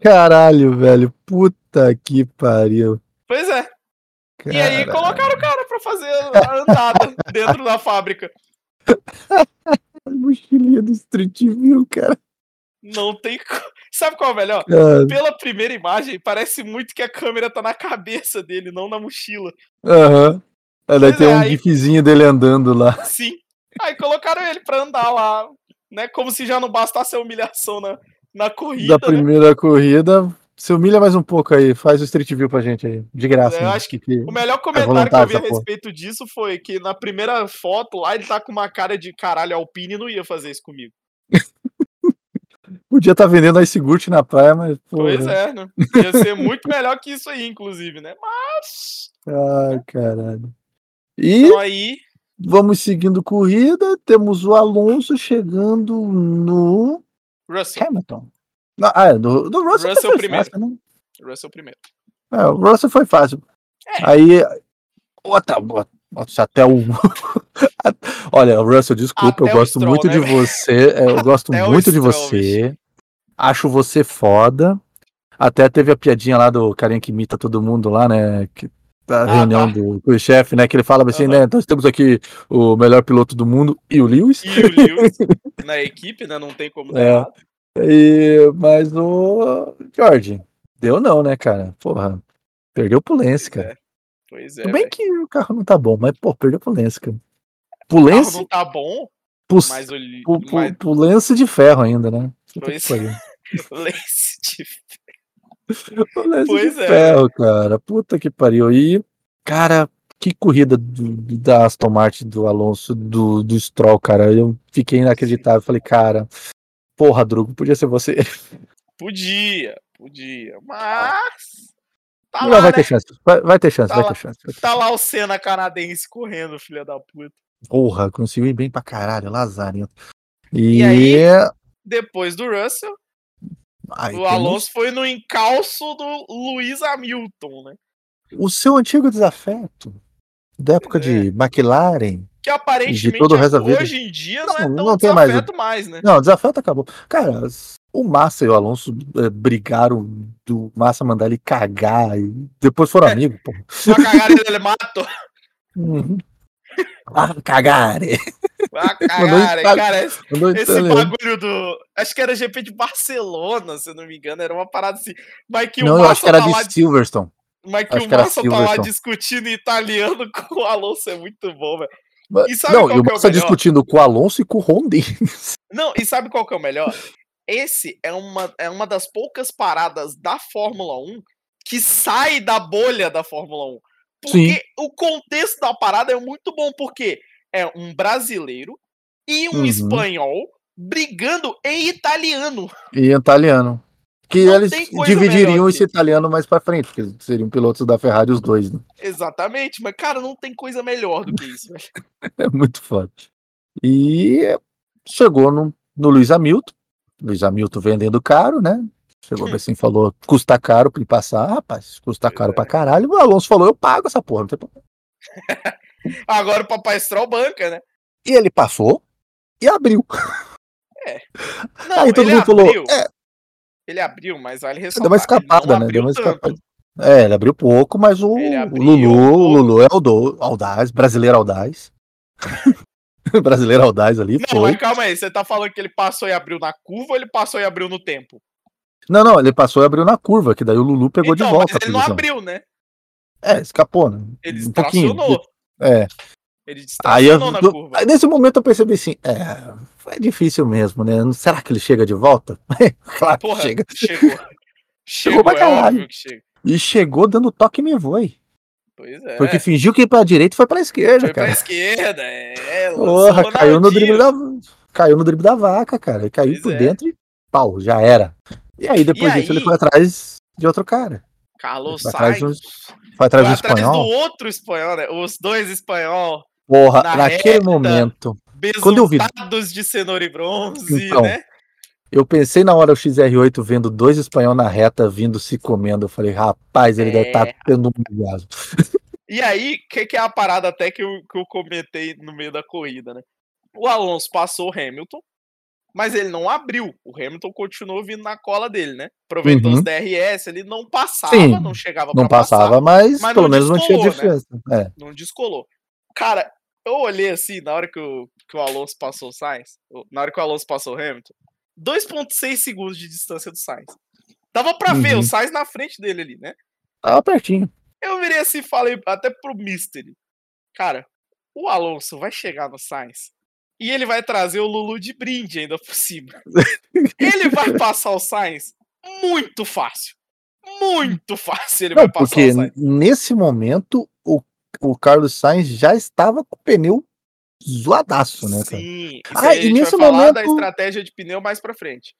B: Caralho, velho. Puta que pariu.
C: Pois é. E aí
B: Caralho.
C: colocaram o cara pra fazer a andada dentro da fábrica.
B: Mochilinha do Street View, cara. Ah,
C: Não tem. co- Sabe qual é o melhor?
B: Cara,
C: Pela primeira imagem, parece muito que a câmera tá na cabeça dele, não na mochila.
B: Aham. Ela
C: Pois
B: tem
C: é,
B: um
C: aí-
B: gifzinho dele andando lá.
C: Sim. Aí colocaram ele pra andar lá, né? Como se já não bastasse a humilhação na, na corrida,
B: da
C: né?
B: primeira corrida. Se humilha mais um pouco aí. Faz o Street View pra gente aí. De graça.
C: é, Eu
B: né?
C: acho que-
B: Porque-
C: né? O melhor comentário que eu
B: vontade
C: vi a
B: da porra.
C: respeito disso foi que na primeira foto lá ele tá com uma cara de caralho, a Alpine não ia fazer isso comigo.
B: Podia estar vendendo Ice Gurt na praia, mas. Porra.
C: Pois é, né? Ia ser muito melhor que isso aí, inclusive, né? Mas.
B: Ai, caralho. E
C: Então aí.
B: vamos seguindo corrida. Temos o Alonso chegando no
C: Russell.
B: Hamilton. Não, ah, do, do Russell,
C: Russell
B: foi
C: primeiro.
B: fácil, né?
C: Russell primeiro.
B: É, o Russell foi fácil.
C: É.
B: Aí. Bota, bota, bota até o. Olha, Russell, desculpa,
C: Até
B: eu
C: o
B: gosto
C: Stroll,
B: muito
C: né,
B: de
C: velho?
B: você. é, Eu gosto
C: Até o
B: muito de
C: Stroll,
B: você. Acho você foda. Até teve a piadinha lá do carinha que imita todo mundo lá, né? Que, da
C: Ah,
B: reunião
C: tá.
B: do, com o chefe, né? Que ele fala assim,
C: Aham.
B: né? Nós temos aqui o melhor piloto do mundo e o Lewis.
C: E o Lewis na equipe, né? Não tem como dar
B: É.
C: errado.
B: E, mas o. Jorge, deu não, né, cara? Porra, perdeu pro Lance, cara.
C: É. Pois é.
B: Tudo bem
C: velho.
B: que o carro não tá bom, mas, pô, perdeu pro Lance, cara. Pro
C: O carro
B: Lance,
C: não tá bom,
B: pro,
C: mas o Li-
B: pro- pro-
C: mas
B: pro Lance de ferro ainda, né? Puta que
C: Pois- é.
B: pariu.
C: o Lance tipo, de
B: Pro Lance
C: Pois
B: de
C: é.
B: ferro, cara. Puta que pariu. E, cara, que corrida do- do- da Aston Martin, do Alonso, do, do Stroll, cara. Eu fiquei inacreditável. Falei, cara, porra, Drugo, podia ser você.
C: Podia, podia. Mas. Tá
B: Ah. Não,
C: lá,
B: vai
C: né?
B: ter chance. Vai, vai ter chance,
C: Tá
B: vai
C: lá.
B: ter chance. vai ter
C: Tá lá o Senna canadense correndo, filha da puta.
B: Porra, conseguiu ir bem pra caralho, lazarento. E,
C: E aí,
B: aí,
C: Depois do Russell, o
B: temos
C: Alonso foi no encalço do Luiz Hamilton, né?
B: o seu antigo desafeto da época
C: é.
B: de McLaren.
C: Que aparentemente
B: todo o resto da vida.
C: hoje em dia
B: Não,
C: não, é tão
B: não tem mais o-
C: desafeto mais, né?
B: Não, o desafeto acabou. Cara, s- o Massa e o Alonso eh, brigaram do Massa mandar ele cagar e depois
C: É.
B: foram amigos, pô.
C: Vai cagar ele matou.
B: Uhum. Ah, cagar! eh.
C: Vai cagar,
B: Itália.
C: Ah, cara. esse-
B: Mandou
C: Esse
B: italiano.
C: bagulho do. Acho que era GP de Barcelona, se eu não me engano. Era uma parada assim. Mas que
B: Não,
C: o
B: eu acho
C: Massa
B: que era
C: tá lá
B: de Silverstone.
C: Mas que
B: Acho
C: o
B: que era
C: Massa tá lá
B: Silverstone.
C: discutindo em italiano com o Alonso é muito bom, velho.
B: Mas-
C: E sabe
B: Não,
C: qual
B: e o
C: que é o
B: Massa
C: melhor?
B: discutindo com o Alonso e com o Rondi.
C: Não, e sabe qual que é o melhor? Esse é uma, é uma das poucas paradas da Fórmula 1 que sai da bolha da Fórmula 1. Porque
B: Sim.
C: o contexto da parada é muito bom, porque é um brasileiro e um
B: Uhum.
C: espanhol brigando em italiano.
B: E italiano. Que
C: Não
B: eles
C: tem coisa
B: dividiriam
C: melhor
B: esse
C: que-
B: italiano mais pra frente, porque seriam pilotos da Ferrari os dois, né?
C: Exatamente, mas cara, não tem coisa melhor do que isso, velho.
B: É muito forte. E chegou no, no Luiz Hamilton. Luiz Hamilton vendendo caro, né? Chegou
C: Hum.
B: assim, falou, custa caro pra ele passar. Ah, Rapaz, custa
C: Pois
B: caro
C: é.
B: pra caralho. O Alonso falou, eu pago essa porra. não tem problema.
C: Agora o Papai Stroll banca, né?
B: E ele passou e abriu.
C: Não,
B: Aí todo
C: ele
B: mundo falou,
C: abriu.
B: é,
C: Ele abriu, mas vale ressaltar.
B: deu uma
C: tá, ele não
B: escapada, né? Deu uma
C: abriu tanto.
B: escapada. É, ele abriu pouco, mas o
C: Ele
B: o
C: abriu
B: Lulu, o
C: pouco.
B: Lulu é aldo- audaz, brasileiro audaz. brasileiro audaz ali,
C: Não,
B: foi.
C: mas calma aí. Você tá falando que ele passou e abriu na curva ou ele passou e abriu no tempo?
B: Não, não, ele passou e abriu na curva, que daí o Lulu pegou de volta.
C: Então, mas
B: a
C: ele não
B: posição.
C: abriu, né?
B: É, escapou, né?
C: Ele
B: Um pouquinho.
C: distracionou.
B: É.
C: Ele
B: Aí, eu,
C: distracionou na
B: no-
C: curva.
B: aí nesse momento eu percebi assim, é, foi difícil mesmo, né? Não- Será que ele chega de volta? claro que
C: Porra,
B: chega.
C: chegou. Chegou,
B: pra
C: é
B: caralho.
C: óbvio que chega.
B: E chegou dando toque e me voe.
C: Pois é.
B: Porque fingiu que ia pra direita e foi pra esquerda,
C: foi pra
B: cara.
C: esquerda, é. lançou
B: Porra, caiu no,
C: Ronaldinho.
B: drible da, caiu no drible da vaca, cara. Ele caiu
C: Pois
B: por
C: é.
B: dentro e pau, já era. E aí depois
C: E
B: disso
C: aí?
B: ele foi atrás de outro cara.
C: Carlos
B: Foi atrás
C: Sainz.
B: de um- Foi atrás do
C: Foi atrás do
B: espanhol.
C: outro espanhol, né? Os dois espanhol,
B: Porra,
C: na
B: naquele
C: reta.
B: momento, Quando eu vi-
C: besuntados de cenoura e bronze,
B: Então,
C: né?
B: eu pensei na hora o XR8 vendo dois espanhol na reta vindo se comendo. Eu falei, rapaz, ele deve estar
C: É.
B: tendo um orgasmo.
C: E aí, o que, que é a parada até que eu, que eu comentei no meio da corrida, né? O Alonso passou o Hamilton, mas ele não abriu. O Hamilton continuou vindo na cola dele, né? Aproveitou os
B: Uhum.
C: DRS, ele não passava,
B: Sim,
C: não chegava
B: Não
C: pra
B: passava,
C: passar,
B: mas,
C: mas
B: pelo
C: não né?
B: menos não tinha
C: descolou,
B: diferença. É.
C: não descolou. Cara, eu olhei assim, na hora que o, que o Alonso passou o Sainz, o- na hora que o Alonso passou o Hamilton, 2.6 segundos de distância do Sainz. Dava pra ver o
B: Uhum.
C: Sainz na frente dele ali, né?
B: Tava pertinho.
C: Eu virei assim e falei até pro Mystery. Cara, o Alonso vai chegar no Sainz e ele vai trazer o Lulu de brinde ainda por cima. ele vai passar o Sainz muito fácil. Muito fácil ele
B: Não,
C: vai passar
B: porque é
C: o Sainz.
B: nesse momento o, o Carlos Sainz já estava com o pneu zoadaço, né, cara?
C: Sim, isso
B: Ah,
C: aí a
B: e
C: gente
B: nesse
C: vai falar da
B: momento-
C: estratégia de pneu mais pra frente.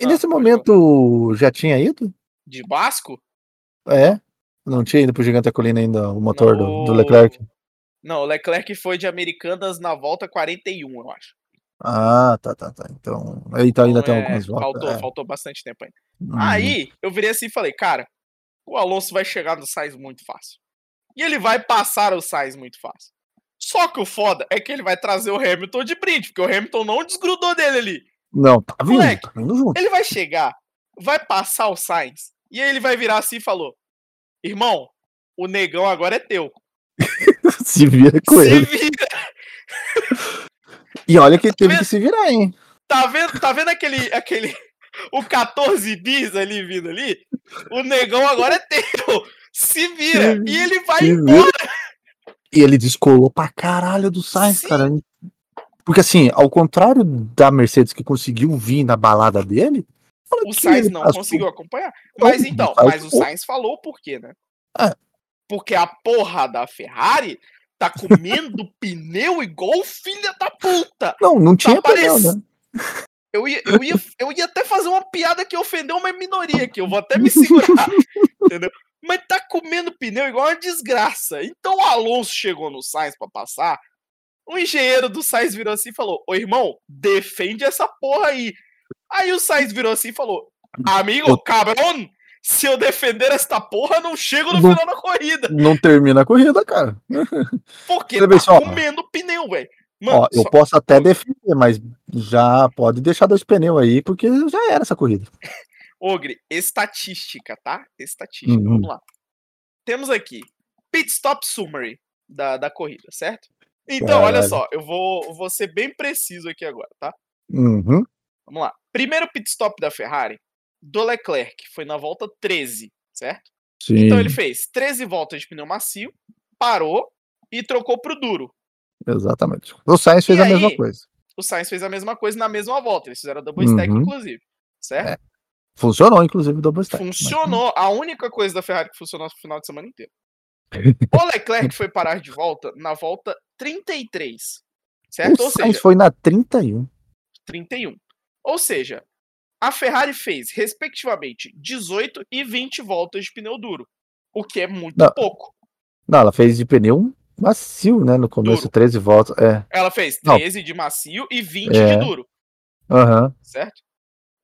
B: E
C: Ah,
B: nesse
C: pode
B: momento já tinha ido?
C: De Basco?
B: É. Não tinha ido pro Gigante da Colina ainda o motor do, do Leclerc.
C: Não, o Leclerc foi de Americanas na volta 41, eu acho.
B: Ah, tá, tá, tá. Então, então ainda tem
C: Então, é,
B: algumas voltas.
C: Faltou,
B: é.
C: faltou bastante tempo ainda.
B: Uhum.
C: Aí eu virei assim e falei, cara, o Alonso vai chegar no Sainz muito fácil. E ele vai passar o Sainz muito fácil. Só que o foda é que ele vai trazer o Hamilton de brinde, porque o Hamilton não desgrudou dele ali.
B: Não, tá vindo,
C: Moleque,
B: tá vindo junto.
C: Ele vai chegar, vai passar o Sainz, e aí ele vai virar assim e falou: Irmão, o negão agora é teu.
B: Se vira com
C: Se
B: ele.
C: vira.
B: E olha que ele teve
C: tá vendo?
B: que se virar, hein?
C: Tá vendo, tá vendo aquele, aquele. O 14 bis ali vindo ali? O negão agora é teu. Se vira. E ele vai
B: Se
C: Tá embora.
B: vira. E ele descolou pra caralho do Sainz,
C: Sim.
B: cara. Porque assim, ao contrário da Mercedes que conseguiu vir na balada dele, olha
C: O
B: que
C: Sainz
B: ele
C: não
B: passou.
C: conseguiu acompanhar.
B: Não,
C: Mas então,
B: faz
C: mas o
B: pouco.
C: Sainz falou o porquê, né?
B: É.
C: Porque a porra da Ferrari tá comendo pneu igual filha da puta.
B: Não, não tinha pneu,
C: parec-
B: né?
C: Eu ia, eu, ia, eu ia até fazer uma piada que ofendeu uma minoria aqui. Eu vou até me segurar. entendeu? Mas tá comendo pneu igual uma desgraça. Então o Alonso chegou no Sainz pra passar. O engenheiro do Sainz virou assim e falou: Ô irmão, defende essa porra aí. Aí o Sainz virou assim e falou: Amigo,
B: Eu-
C: cabrão, se eu defender esta porra, não chego no
B: Não-
C: final da corrida.
B: Não termina a corrida, cara.
C: Porque
B: Olha
C: tá
B: bem só.
C: comendo pneu, velho. Mano,
B: Ó, eu
C: só- Hum.
B: posso até defender, mas já pode deixar dois pneus aí, porque já era essa corrida.
C: Ogre, estatística, tá? Estatística,
B: Uhum.
C: vamos lá. Temos aqui, pit stop summary da, da corrida, certo? Então, olha
B: Caralho.
C: só, eu vou, vou ser bem preciso aqui agora, tá?
B: Uhum.
C: Vamos lá. Primeiro pit stop da Ferrari, do Leclerc, foi na volta 13, certo?
B: Sim.
C: Então ele fez 13 voltas de pneu macio, parou e trocou pro duro.
B: Exatamente. O Sainz fez
C: E
B: a mesma
C: aí?
B: coisa.
C: O Sainz fez a mesma coisa na mesma volta, eles fizeram double stack,
B: Uhum.
C: inclusive, certo?
B: Funcionou, inclusive, o double stack. Tá, mas-
C: Funcionou. A única coisa da Ferrari que funcionou no final de semana inteiro. O Leclerc foi parar de volta na volta 33. Certo?
B: O
C: é Ou
B: Sainz
C: seja,
B: foi na 31.
C: 31. Ou seja, a Ferrari fez, respectivamente, 18 e 20 voltas de pneu duro. O que é muito
B: Não.
C: pouco.
B: Não, ela fez de pneu macio, né? No começo,
C: Duro.
B: 13 voltas. É.
C: Ela fez
B: Não.
C: 13 de macio e 20
B: É.
C: de duro.
B: Aham.
C: Certo?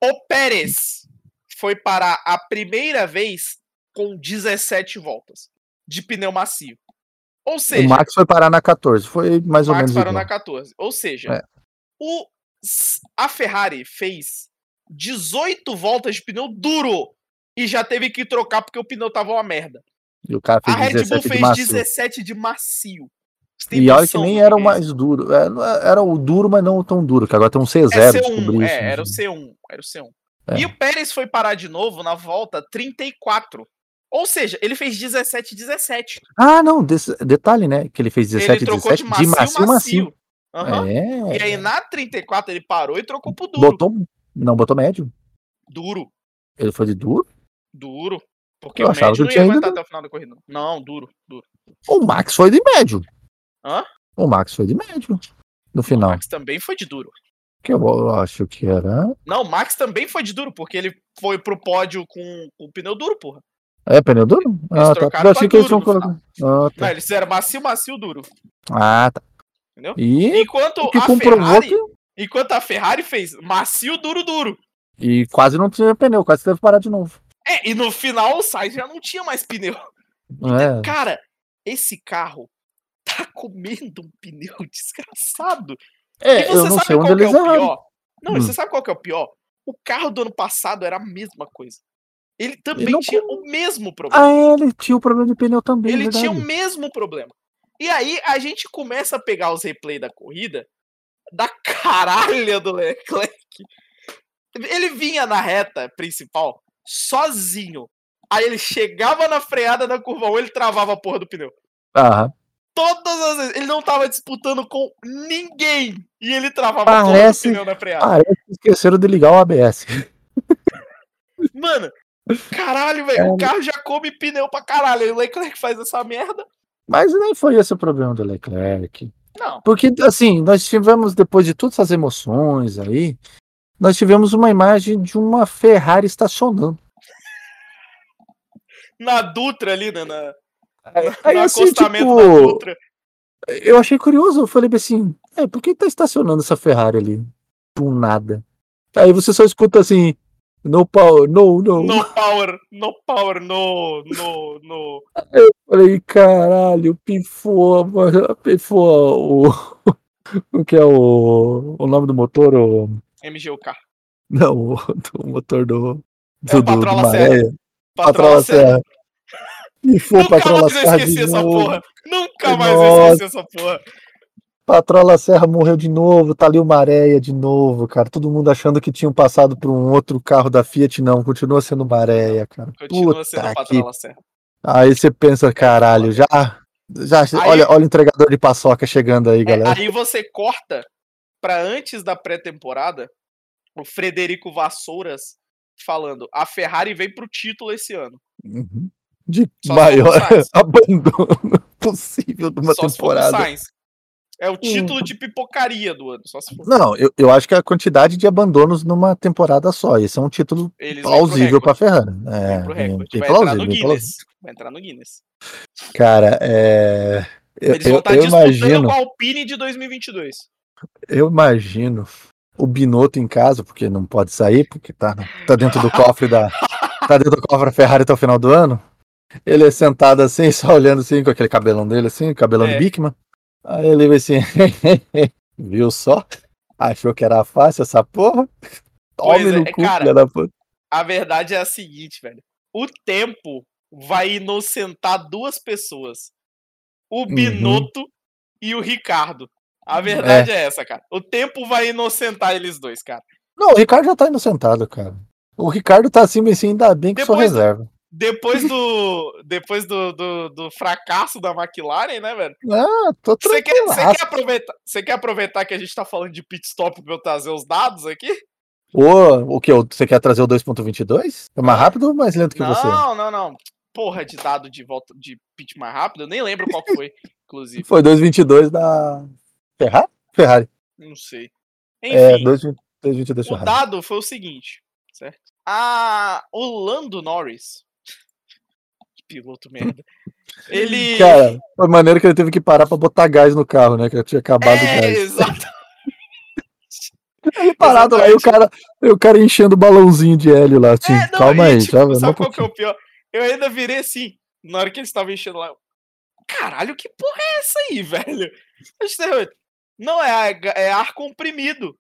C: O Pérez foi parar a primeira vez com 17 voltas de pneu macio. Ou seja,
B: O Max foi parar na 14. Foi mais ou
C: Max
B: menos.
C: parou
B: igual.
C: na 14. Ou seja,
B: É.
C: o, s- a Ferrari fez 18 voltas de pneu duro e já teve que trocar porque o pneu tava uma merda.
B: E o cara
C: A
B: fez
C: Red Bull
B: 17 de
C: fez
B: macio.
C: 17 de macio. Você tem
B: E olha que
C: noção do
B: nem era o
C: é
B: mais duro. É, não é- Era o duro, mas não tão duro. Que agora tem um C0.
C: isso? É
B: descobri
C: C1,
B: isso,
C: é, era o
B: gente.
C: C1, era o C1.
B: É.
C: E o Pérez foi parar de novo na volta 34. Ou seja, ele fez 17 17.
B: Ah, não. des- Detalhe, né? Que ele fez
C: ele
B: 17
C: trocou
B: 17
C: de macio
B: macio, macio.
C: macio. Aham.
B: É.
C: E aí na 34 ele parou e trocou pro duro.
B: Botou. Não, botou médio.
C: Duro.
B: Ele foi de duro.
C: Duro. Porque
B: Eu
C: o
B: achava
C: médio
B: que eu
C: não ia
B: tinha ido
C: aguentar
B: bem.
C: até o final da corrida. Não, duro, duro.
B: O Max foi de médio.
C: Hã?
B: O Max foi de médio. No final.
C: O Max também foi de duro.
B: Que eu acho que era.
C: Não, o Max também foi de duro, porque ele foi pro pódio com com o pneu duro, porra.
B: É pneu duro?
C: Eles
B: Ah, tá.
C: trocaram
B: Eu achei
C: pra
B: que eles
C: duro
B: tinham
C: no final.
B: colocado. Ah,
C: Não,
B: tá.
C: eles fizeram macio, macio, duro.
B: Ah, tá.
C: Entendeu?
B: E
C: Enquanto
B: o que
C: a
B: comprovou
C: Ferrari.
B: que.
C: Enquanto a Ferrari fez macio, duro, duro.
B: E quase não tinha pneu, quase teve que parar de novo.
C: É, e no final o Sainz já não tinha mais pneu.
B: É.
C: Cara, esse carro tá comendo um pneu desgraçado.
B: É,
C: e você
B: eu não
C: sabe
B: sei onde
C: qual que é
B: eles Hum.
C: o
B: erraram.
C: pior? Não, e você sabe qual que é o pior? O carro do ano passado era a mesma coisa. Ele também
B: não
C: tinha o mesmo problema.
B: Ah, é, ele tinha o problema de pneu também,
C: ele
B: ele
C: tinha o
B: um...
C: mesmo problema. E aí a gente começa a pegar os replays da corrida da caralha do Leclerc. Ele vinha na reta principal sozinho. Aí ele chegava na freada da curva 1, ele travava a porra do pneu.
B: ah,
C: Todas as vezes. Ele não tava disputando com ninguém. E ele travava a porra do
B: Parece-
C: pneu na freada.
B: Parece que esqueceram de ligar o ABS.
C: Mano, caralho, velho. O
B: É.
C: carro já come pneu pra caralho. Aí o Leclerc faz essa merda.
B: Mas nem foi esse o problema do Leclerc.
C: Não.
B: Porque, assim, nós tivemos, depois de todas essas emoções aí, nós tivemos uma imagem de uma Ferrari estacionando.
C: Na Dutra ali, né? Na,
B: Aí,
C: no
B: assim,
C: acostamento
B: tipo,
C: da Dutra.
B: eu achei curioso, eu falei assim, É, por que tá estacionando essa Ferrari ali? Do nada. Aí você só escuta assim. No power, no, no.
C: No power, no power, no, no, no.
B: Falei, caralho, pifou, mano, pifou o. O que é o, o nome do motor? O,
C: MGUK.
B: não, o, do motor do.
C: É
B: Do, do,
C: o
B: do
C: Patrola
B: Maré. Patrola Serra. Pifou,
C: Nunca
B: Patrola
C: mais eu
B: Serra.
C: esqueci
B: de
C: essa
B: novo.
C: porra. Nunca mais eu
B: Nossa.
C: esqueci essa porra.
B: Patrola Serra morreu de novo, tá ali o Maréia de novo, cara. Todo mundo achando que tinham passado por um outro carro da Fiat, não. Continua sendo Maréia, cara.
C: Continua
B: Puta
C: sendo o
B: que
C: Patrola Serra.
B: Aí você pensa, caralho, já. já
C: Aí-
B: olha, olha o entregador de paçoca chegando aí,
C: É,
B: galera.
C: aí você corta pra antes da pré-temporada o Frederico Vassouras falando: a Ferrari vem pro título esse ano.
B: Uhum. De
C: Só se for
B: maior
C: pro Sainz.
B: abandono possível de uma
C: só se for
B: temporada.
C: pro Sainz. É o título de pipocaria do ano. Só se for.
B: Não, eu, eu acho que é a quantidade de abandonos numa temporada só. Esse é um título
C: Eles vão pro
B: plausível pra
C: recorde,
B: Ferrari.
C: vão
B: É,
C: pro
B: bem,
C: recorde.
B: bem
C: Vai entrar
B: plausível.
C: no
B: bem plausível.
C: Guinness. Vai entrar no Guinness.
B: Cara, é. Eu,
C: Eles vão
B: eu,
C: estar
B: eu
C: disputando
B: imagino,
C: com a Alpine de 2022.
B: eu imagino o Binotto em casa, porque não pode sair, porque tá, tá dentro do cofre da. Tá dentro do cofre da Ferrari até o final do ano. Ele é sentado assim, só olhando assim, com aquele cabelão dele, assim, cabelão
C: É.
B: de Bikman. Aí ele vai assim, viu só? Achou que era fácil essa porra? Tome
C: Pois é,
B: no cu,
C: cara.
B: filha da puta.
C: A verdade é a seguinte, velho. O tempo vai inocentar duas pessoas: o
B: Uhum.
C: Binotto e o Ricardo. A verdade é. essa, cara. O tempo vai inocentar eles dois, cara.
B: Não, o Ricardo já tá indo sentado, cara. O Ricardo tá assim, mas assim, ainda bem que eu sou
C: Depois-
B: reserva.
C: Depois do depois do, do, do fracasso da McLaren, né, velho?
B: Ah, tô
C: Você quer, você
B: tranquilaço.
C: quer aproveitar, você quer aproveitar que a gente tá falando de pit stop pra eu trazer os dados aqui?
B: Ô, o que? Você quer trazer o 2.22? É mais rápido ou mais lento que você?
C: Não, não, não. Porra de dado de volta de pit mais rápido, eu nem lembro qual que foi, inclusive.
B: Foi 2.22 da Ferrari? Ferrari.
C: Não sei.
B: É,
C: Enfim,
B: 2.20 2.22
C: o
B: Ferrari.
C: dado foi o seguinte, certo? A o Lando Norris, que piloto merda. Ele
B: Cara, foi maneiro que ele teve que parar pra botar gás no carro, né? Que eu tinha acabado o
C: é,
B: gás.
C: exato.
B: Ele parado lá e o cara, e o cara enchendo o balãozinho de hélio lá. Assim,
C: É, não,
B: calma
C: e,
B: aí,
C: tipo,
B: já, vai,
C: sabe
B: um
C: qual que é
B: pouquinho.
C: o pior? Eu ainda virei assim, na hora que eles estavam enchendo lá. eu, Caralho, que porra é essa aí, velho? Eu disse, Não, é, ar- é ar comprimido.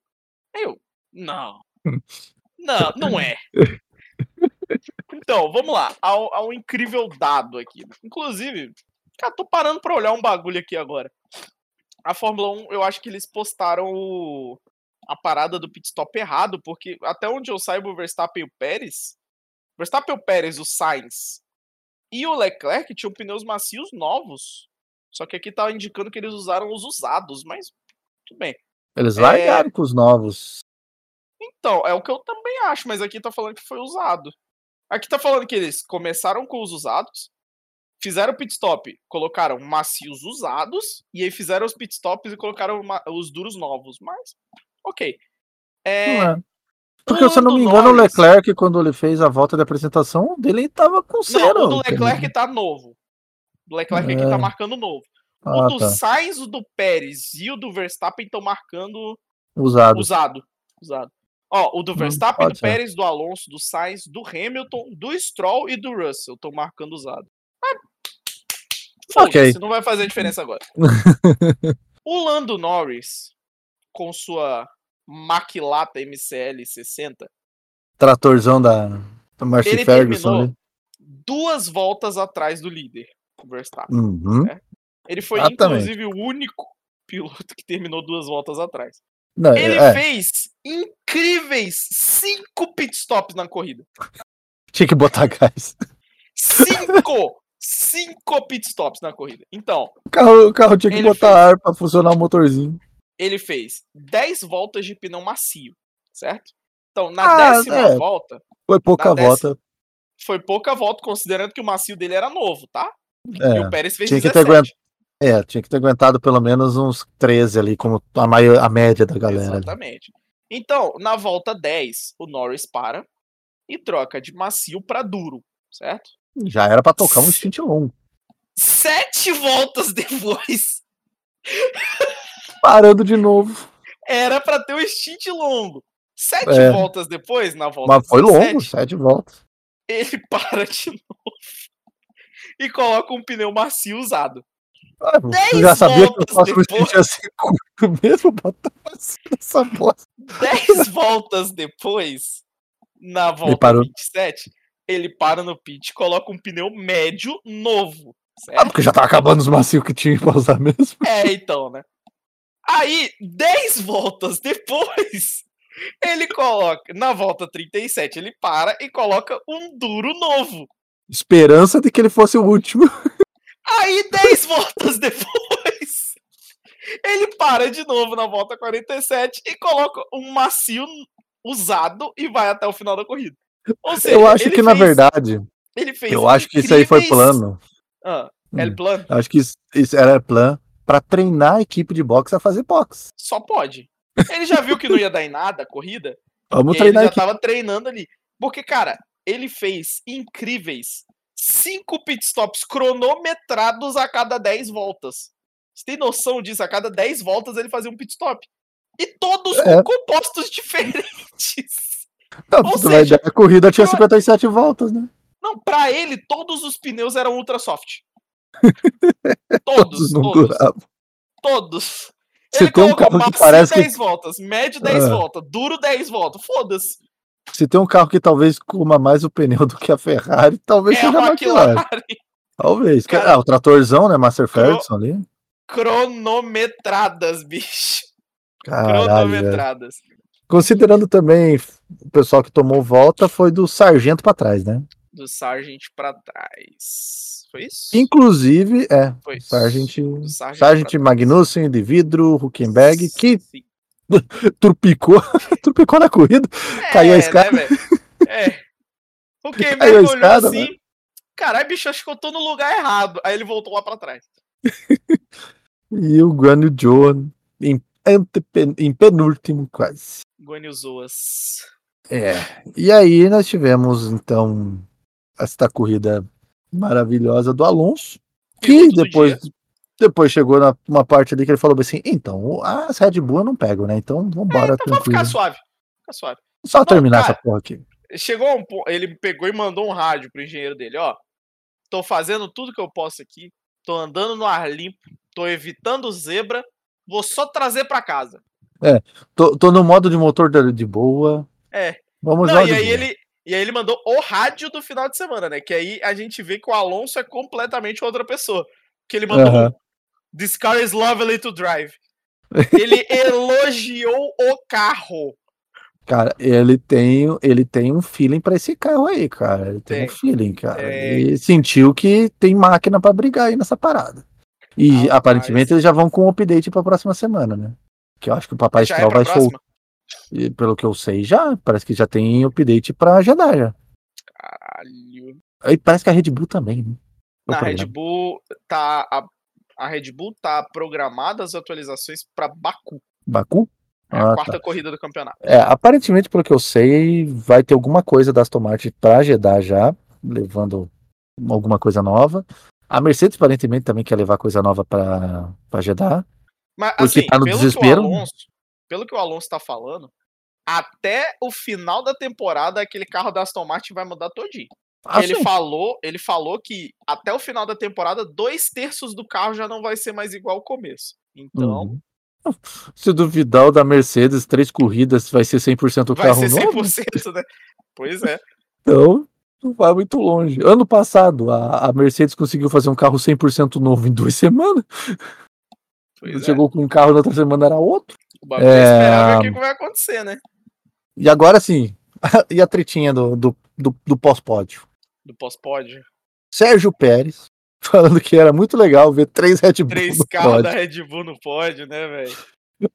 C: Aí eu, não. Não, não é. Então, vamos lá. Há um, há um incrível dado aqui. Inclusive, cara, tô parando pra olhar um bagulho aqui agora. A Fórmula 1, eu acho que eles postaram o- a parada do pit stop errado, porque até onde eu saiba, o Verstappen e o Pérez. Verstappen, o Pérez, o Sainz e o Leclerc tinham pneus macios novos. Só que aqui tá indicando que eles usaram os usados, mas tudo bem.
B: Eles
C: É.
B: largaram com os novos.
C: Então, é o que eu também acho, mas aqui tá falando que foi usado. Aqui tá falando que eles começaram com os usados, fizeram pit stop, colocaram macios usados, e aí fizeram os pit stops e colocaram ma- os duros novos. Mas, ok. É,
B: Não é. Porque, se eu não
C: Lando
B: me engano, o
C: Norris.
B: Leclerc, quando ele fez a volta de apresentação, dele tava com cera.
C: Não, o do
B: cara.
C: Leclerc tá novo. O Leclerc aqui tá
B: É.
C: marcando novo.
B: Ah,
C: o do
B: tá.
C: Sainz, o do Pérez e o do Verstappen estão marcando
B: Usado. Hum,
C: usado. Usado. Ó, o do Verstappen, do
B: pode ser.
C: Pérez, do Alonso, do Sainz, do Hamilton, do Stroll e do Russell estão marcando usado. Ah,
B: Ok.
C: foda-se, Não vai fazer diferença agora. o Lando Norris, com sua Maquilata MCL 60,
B: Tratorzão da, da Marcy
C: ele
B: Ferguson.
C: terminou
B: ali.
C: duas voltas atrás do líder, o Verstappen.
B: Uhum.
C: Ele foi,
B: Exatamente.
C: inclusive, o único piloto que terminou duas voltas atrás.
B: Não, é-
C: Ele
B: é.
C: fez incríveis cinco pitstops na corrida.
B: Tinha que botar gás.
C: Cinco! cinco pitstops na corrida. Então,
B: O carro, o carro tinha que
C: Ele
B: botar
C: fez.
B: ar pra funcionar o motorzinho.
C: ele fez 10 voltas de pneu macio, certo? Então, na
B: Ah,
C: décima
B: é.
C: volta,
B: Foi pouca
C: Na décima.
B: volta.
C: foi pouca volta, considerando que o macio dele era novo, tá? E o
B: É.
C: Pérez fez
B: tinha que ter
C: 17.
B: aguentado É, tinha que ter aguentado pelo menos uns 13 ali, como a, maior, a média da galera. ali.
C: Exatamente. Então, na volta 10, o Norris para e troca de macio pra duro, certo?
B: Já era pra tocar um stint longo.
C: Sete voltas depois,
B: Parando de novo.
C: Era pra ter um stint longo. Sete
B: É.
C: voltas depois, na volta
B: Mas foi longo,
C: 17,
B: sete voltas.
C: ele para de novo e coloca um pneu macio usado.
B: Ah, eu
C: Dez
B: já sabia que o
C: voltas
B: próximo
C: depois.
B: stint ia ser curto mesmo, bota essa bosta.
C: Dez voltas depois, na volta
B: parou.
C: 27, ele para no pit e coloca um pneu médio novo.
B: Ah,
C: Certo?
B: porque já tava acabando os macios que tinha pra usar mesmo.
C: É, então, né? Aí, 10 voltas depois, ele coloca. Na volta 37, ele para e coloca um duro novo.
B: Esperança de que ele fosse o último.
C: Aí, 10 voltas depois, ele para de novo na volta 47 e coloca um macio usado e vai até o final da corrida. Ou seja,
B: eu acho
C: ele
B: que, na
C: fez-
B: verdade,
C: ele fez
B: eu acho que isso aí foi
C: incríveis-
B: plano.
C: Ah, é
B: Hum.
C: plano?
B: Eu acho que isso, isso era plano pra treinar a equipe de boxe a fazer boxe.
C: Só pode. Ele já viu que não ia dar em nada a corrida. E
B: Vamos
C: aí
B: treinar a
C: ele já
B: equipe.
C: tava treinando ali. Porque, cara, ele fez incríveis cinco pitstops cronometrados a cada 10 voltas. Você tem noção disso? A cada 10 voltas ele fazia um pitstop. E todos
B: É.
C: com compostos diferentes.
B: Não,
C: tá ou
B: tu vai
C: seja,
B: dar- a corrida tinha
C: eu-
B: 57 voltas, né?
C: Não, pra ele, todos os pneus eram ultra soft. Todos,
B: não
C: todos,
B: duravam.
C: todos.
B: Se tem um
C: colocou
B: carro que
C: macio
B: parece que-
C: 10 voltas, médio 10
B: Ah.
C: voltas, duro 10 voltas, foda-se.
B: Se tem um carro que talvez coma mais o pneu do que a Ferrari, talvez
C: É
B: seja a
C: a
B: McLaren.
C: McLaren.
B: Talvez.
C: Cara-
B: Ah, o tratorzão, né? Master
C: Cro-
B: Ferguson ali.
C: cronometradas, bicho.
B: Caralho. velho.
C: Cronometradas.
B: Considerando também o pessoal que tomou volta, foi do sargento pra trás, né?
C: Do Sargent pra trás. Foi isso?
B: Inclusive, é,
C: Foi isso.
B: sargent,
C: Do Sargent,
B: sargent
C: pra
B: Magnussen, de vidro, Huckenberg,
C: trás.
B: que
C: Sim.
B: trupicou, trupicou na corrida. caiu a
C: É,
B: escada.
C: Né, velho? é. O Kemberg
B: Caiu a
C: olhou
B: escada,
C: assim. Caralho, bicho, acho que eu tô no lugar errado. Aí ele voltou lá pra trás.
B: E o Guan Yu Zhou em, antepen- em penúltimo, quase.
C: Guanizoas.
B: É. E aí nós tivemos, então, esta corrida maravilhosa do Alonso, que
C: Piloto do
B: depois,
C: dia.
B: depois chegou na uma parte ali que ele falou assim, então, as Red Bull eu não pego, né? Então, vambora,
C: Então vai
B: tranquilo.
C: ficar suave. Fica suave.
B: Só terminar
C: cara.
B: essa porra aqui.
C: Chegou a um ponto. Ele pegou e mandou um rádio pro engenheiro dele, ó. Tô fazendo tudo que eu posso aqui. Tô andando no ar limpo. Tô evitando zebra. Vou só trazer pra casa.
B: Tô, tô no modo de motor de, de boa.
C: É.
B: Vamos
C: Não,
B: lá.
C: e
B: de
C: aí
B: boa.
C: ele. E aí ele mandou o rádio do final de semana, né? Que aí a gente vê que o Alonso é completamente outra pessoa. Que ele mandou
B: Aham.
C: um, This car is lovely to drive. Ele elogiou o carro.
B: Cara, ele tem, ele tem um feeling pra esse carro aí, cara. Ele tem, um
C: Tem. É.
B: feeling, cara.
C: Tem.
B: Ele sentiu que tem máquina pra brigar aí nessa parada. E
C: Rapaz.
B: aparentemente eles já vão com o update pra próxima semana, né? Que eu acho que o Papai
C: Já é
B: Stroll
C: pra
B: vai soltar,
C: próxima?
B: pelo que eu sei, já. Parece que já tem update pra Jedi já.
C: Caralho.
B: Aí parece que a Red Bull também, né? Tô
C: Na Red
B: programado.
C: Bull tá. A, a Red Bull tá programada as atualizações pra Baku.
B: Baku?
C: É a
B: Ah,
C: quarta
B: tá.
C: corrida do campeonato.
B: É, aparentemente, pelo que eu sei, vai ter alguma coisa da Aston Martin pra Jeddah já, levando alguma coisa nova. A Mercedes, aparentemente, também quer levar coisa nova pra pra Jeddah.
C: Mas
B: Porque
C: assim,
B: tá no
C: pelo
B: desespero.
C: que o Alonso, pelo que o Alonso tá falando, até o final da temporada aquele carro da Aston Martin vai mudar todinho.
B: Ah,
C: ele
B: sim.
C: falou, ele falou que até o final da temporada dois terços do carro já não vai ser mais igual ao começo. Então,
B: Uhum. Se duvidar o da Mercedes, três corridas vai ser 100% o
C: vai
B: carro
C: ser
B: novo,
C: 100%, né? Pois é.
B: então não vai muito longe. Ano passado, a, a Mercedes conseguiu fazer um carro 100% novo em duas semanas.
C: Pois é.
B: Chegou com um carro, na outra semana era outro.
C: O bagulho é... esperável é o que que vai acontecer, né?
B: E agora sim, e a tretinha do, do, do, do pós-pódio?
C: Do pós-pódio.
B: Sérgio Pérez, falando que era muito legal ver três Red Bull.
C: Três
B: no
C: carros da
B: pódio.
C: Red Bull no pódio, né, velho?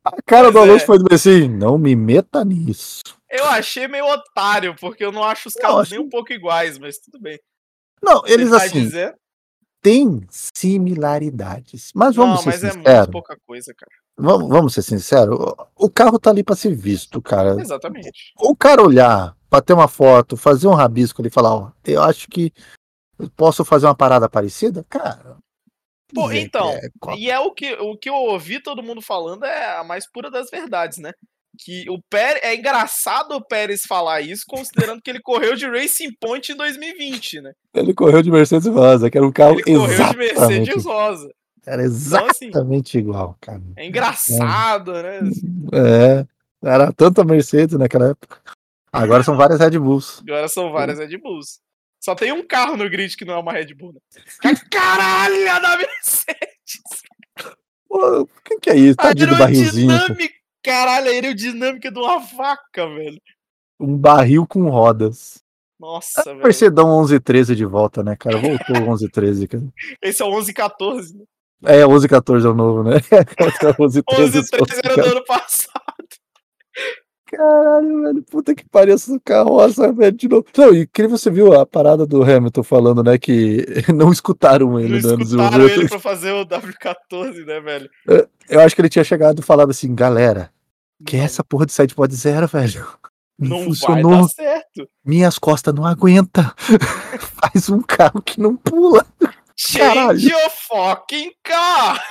B: A cara do
C: Pois
B: Alonso
C: é.
B: foi do assim, não me meta nisso.
C: Eu achei meio otário, porque eu não acho os
B: Eu
C: carros
B: acho
C: nem um pouco iguais, mas tudo bem.
B: Não, eles
C: Você tá
B: assim
C: dizendo?
B: têm similaridades, mas vamos
C: Não,
B: ser
C: mas é
B: sinceros.
C: muito pouca coisa, cara.
B: Vamos, vamos ser sinceros. O, o carro tá ali pra ser visto, cara.
C: Exatamente.
B: O cara olhar, bater uma foto, fazer um rabisco ali, e falar, ó, eu acho que eu posso fazer uma parada parecida, cara.
C: Pô,
B: Gente,
C: então,
B: é, co-
C: E é o que, o que eu ouvi todo mundo falando é a mais pura das verdades, né? Que o Pérez. É engraçado o Pérez falar isso, considerando que ele correu de Racing Point em 2020, né?
D: Ele correu de Mercedes Rosa, que era um carro
C: Ele correu de
D: exatamente,
C: Mercedes Rosa.
B: Era
C: Então, assim,
B: exatamente igual, cara.
C: é engraçado, né?
D: É,
B: Era tanta Mercedes naquela época. Agora são várias Red Bulls.
C: Agora são várias Red Bulls. Só tem um carro no grid que não é uma Red Bull, né? Ca- Caralho, a da Mercedes!
D: Pô, quem que é
C: Tá
D: isso? Tadinho do barrilzinho. pô.
C: aerodinâmica! Caralho, a aerodinâmica de uma vaca, velho.
D: Um barril com rodas.
C: Nossa, velho.
B: Mercedão 1113 de volta, né, cara? Voltou o 1113, cara.
C: Esse é o 1114. Né?
B: É, 1114 é o novo, né? 1113.
C: 11 13 era do ano passado.
D: Caralho, velho, puta que pareça carroça, velho, de novo. Não, e incrível, você viu a parada do Hamilton falando, né, que não escutaram
C: Não
D: ele, né, no
C: escutaram
D: desenvolvimento.
C: ele pra fazer o W14, né, velho?
B: Eu acho que ele tinha chegado e falado assim, galera, que
C: Não,
B: essa porra de sidepod zero, velho? Não,
C: não vai
B: funcionou,
C: dar certo.
B: minhas costas não aguenta. Faz um carro que não pula. Caralho.
C: Change your fucking car!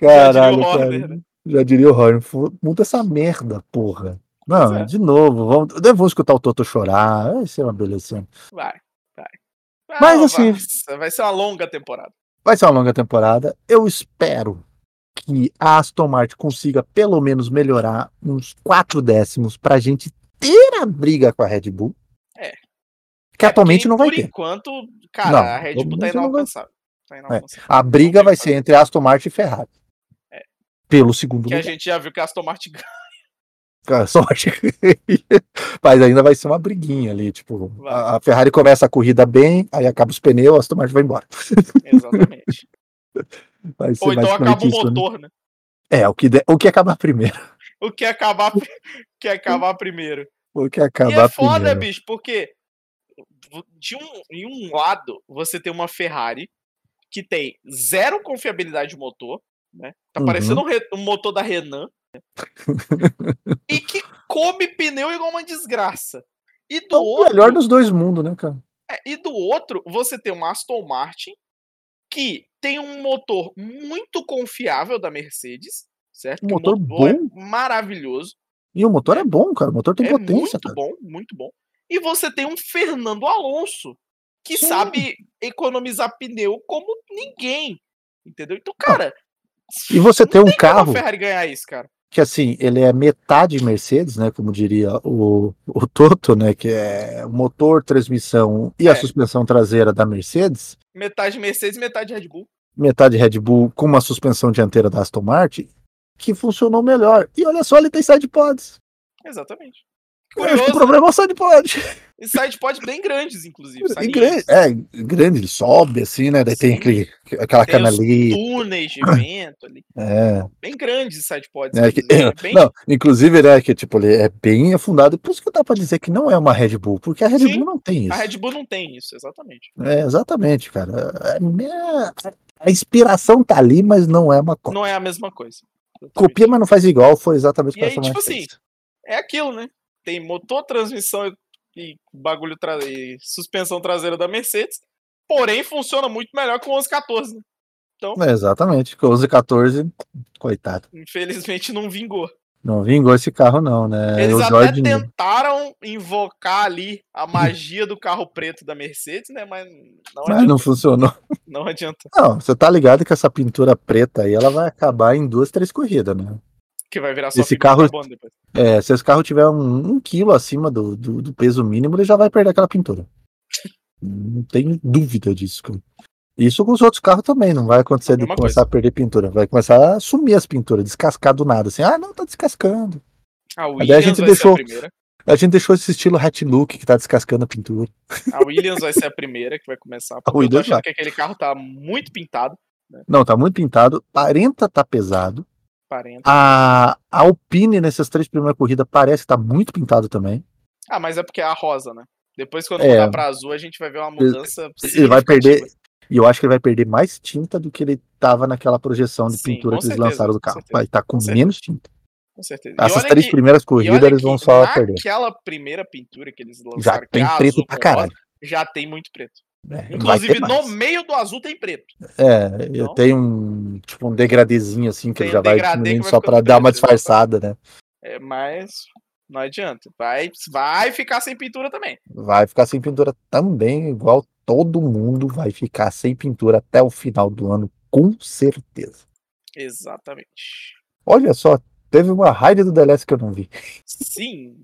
D: Caralho,
C: Já diria o
D: cara.
C: Horner, né?
D: Já diria o Horner. Fu-
B: Muda essa merda, porra.
C: Pois
B: Não,
C: é.
B: de novo, vamos, vamos escutar o Toto chorar. Vai ser uma beleza. assim.
C: Vai, vai. Ah,
B: Mas, assim-
C: vai, vai ser uma longa temporada.
B: Vai ser uma longa temporada. Eu espero que a Aston Martin consiga pelo menos melhorar uns 4 décimos pra gente ter a briga com a Red Bull.
C: É.
B: Que
C: É,
B: atualmente
C: porque,
B: não vai
C: por
B: ter.
C: enquanto, cara,
B: Não,
C: a Red Bull tá
B: atualmente não vai.
C: inalcançável. Tá inalcançável.
B: A briga
C: não tem
B: vai
C: o que
B: ser entre Aston Martin e Ferrari. Pelo segundo
C: É. Que a
B: lugar.
C: gente já viu que a Aston Martin ganha.
B: Cara, só acho que- Mas ainda vai ser uma briguinha ali. Tipo,
C: Vai.
B: a a Ferrari começa a corrida bem, aí acaba os pneus, a Aston Martin vai embora.
C: Exatamente.
B: Vai ser
C: Ou então
B: basicamente
C: acaba o
B: isso, né?
C: motor, né?
B: É, o que, de- o que acabar primeiro.
C: O que acabar, o que acabar primeiro.
B: O que
C: E
B: acabar
C: é foda,
B: primeiro.
C: bicho, porque de um, em um lado você tem uma Ferrari que tem zero confiabilidade de motor, né? Tá
B: Uhum.
C: parecendo um, re- um motor da Renault. né? e que come pneu igual uma desgraça. E do
B: Então, o
C: outro,
B: melhor dos dois mundos, né, cara?
C: É, E do outro, você tem uma Aston Martin que tem um motor muito confiável da Mercedes, certo?
B: Um
C: Que o
B: motor
C: é maravilhoso.
B: E o motor é bom, cara. O motor tem
C: é
B: potência,
C: muito
B: cara.
C: bom, muito bom. E você tem um Fernando Alonso que
B: Sim.
C: sabe economizar pneu como ninguém, entendeu? Então, cara,
B: E você tem um
C: tem como
B: carro
C: a Ferrari ganhar isso, cara.
B: que, assim, ele é metade Mercedes, né? Como diria o, o Toto, né? Que é o motor, transmissão e
C: É.
B: a suspensão traseira da Mercedes.
C: Metade Mercedes, metade Red Bull.
B: Metade Red Bull com uma suspensão dianteira da Aston Martin. Que funcionou melhor. E olha só, ele tem sidepods.
C: Exatamente.
B: Eu acho que o
C: Curioso, né?
B: problema é o sidepod.
C: e side pod bem grandes, inclusive.
B: E
C: side
B: grande, é, grande, ele sobe assim, né? Daí tem
C: Sim.
B: aquele, aquela
C: Tem os
B: canaleta.
C: túneis de vento ali.
B: É.
C: bem grande esse side pod.
B: né, que-
C: é bem...
B: não, inclusive, né, que tipo, ele é bem afundado, por isso que dá pra dizer que não é uma Red Bull, porque a Red
C: Sim,
B: Bull não tem isso.
C: A Red Bull não tem isso, exatamente.
B: É, exatamente, cara. É, né, a inspiração tá ali, mas não é uma cópia.
C: Não é a mesma coisa. exatamente.
B: Copia, mas não faz igual, foi exatamente o que
C: E
B: a
C: aí,
B: Aston
C: tipo
B: Martin
C: assim,
B: fez.
C: É aquilo, né? Tem motor, transmissão e- e bagulho tra... e suspensão traseira da Mercedes, porém funciona muito melhor que o 1114. né?
B: É, exatamente, com 11 14, coitado.
C: Infelizmente não vingou.
B: Não vingou esse carro, não, né?
C: Eles
B: o
C: até
B: Jorge
C: tentaram invocar ali a magia do carro preto da Mercedes, né? Mas não
B: mas
C: adianta.
B: não funcionou.
C: Não adianta.
B: Não, você tá ligado que essa pintura preta aí, ela vai acabar em duas, três corridas, né?
C: Que vai virar só
B: Esse
C: fibra de
B: carro-
C: carbono depois.
B: É, se esse carro tiver um, um quilo acima do, do, do peso mínimo, ele já vai perder aquela pintura. Não tenho dúvida disso. cara. Isso com os outros carros também, não vai acontecer de
C: Mesma
B: começar a perder pintura. Vai começar a sumir as pinturas, descascar do nada. Assim, ah, não, tá descascando.
C: A Ah, Williams
B: Aliás, a gente
C: vai
B: deixou-
C: ser a primeira.
B: A gente deixou esse estilo hat look que tá descascando a pintura.
C: A Williams vai ser a primeira que vai começar. Porque eu tô
B: Williams
C: achando
B: vai.
C: que aquele carro tá muito pintado.
B: Não, tá muito pintado. Parenta tá pesado.
C: 40.
B: A, a Alpine nessas três primeiras corridas parece que tá muito pintado também.
C: Ah, mas é porque é a rosa, né? Depois, quando
B: É.
C: mudar pra azul, a gente vai ver uma mudança.
B: Ele vai perder.
C: significativa.
B: E eu acho que ele vai perder mais tinta do que ele tava naquela projeção de
C: Sim,
B: pintura
C: com
B: que eles
C: certeza,
B: lançaram do
C: com
B: carro.
C: certeza,
B: Vai estar com,
C: certeza.
B: menos tinta.
C: Com certeza.
B: Essas três primeiras corridas eles vão só perder.
C: Aquela primeira pintura que eles lançaram,
B: Já
C: que
B: tem
C: é a
B: preto
C: azul
B: pra
C: com rosa,
B: caralho.
C: já tem muito preto.
B: É, vai ter
C: Inclusive, no
B: mais.
C: meio do azul tem preto.
B: É, eu
C: Não?
B: tenho um, tipo, um degradezinho assim que
C: Tem
B: ele já
C: um
B: vai
C: degradê que
B: diminuindo
C: vai
B: só
C: ficando
B: pra dar uma
C: preto,
B: disfarçada, né?
C: É, mas não adianta. Vai, vai ficar sem pintura também.
B: Vai ficar sem pintura também, igual todo mundo vai ficar sem pintura até o final do ano, com certeza.
C: Exatamente.
B: Olha só, teve uma raid do The Last que eu não vi.
C: Sim.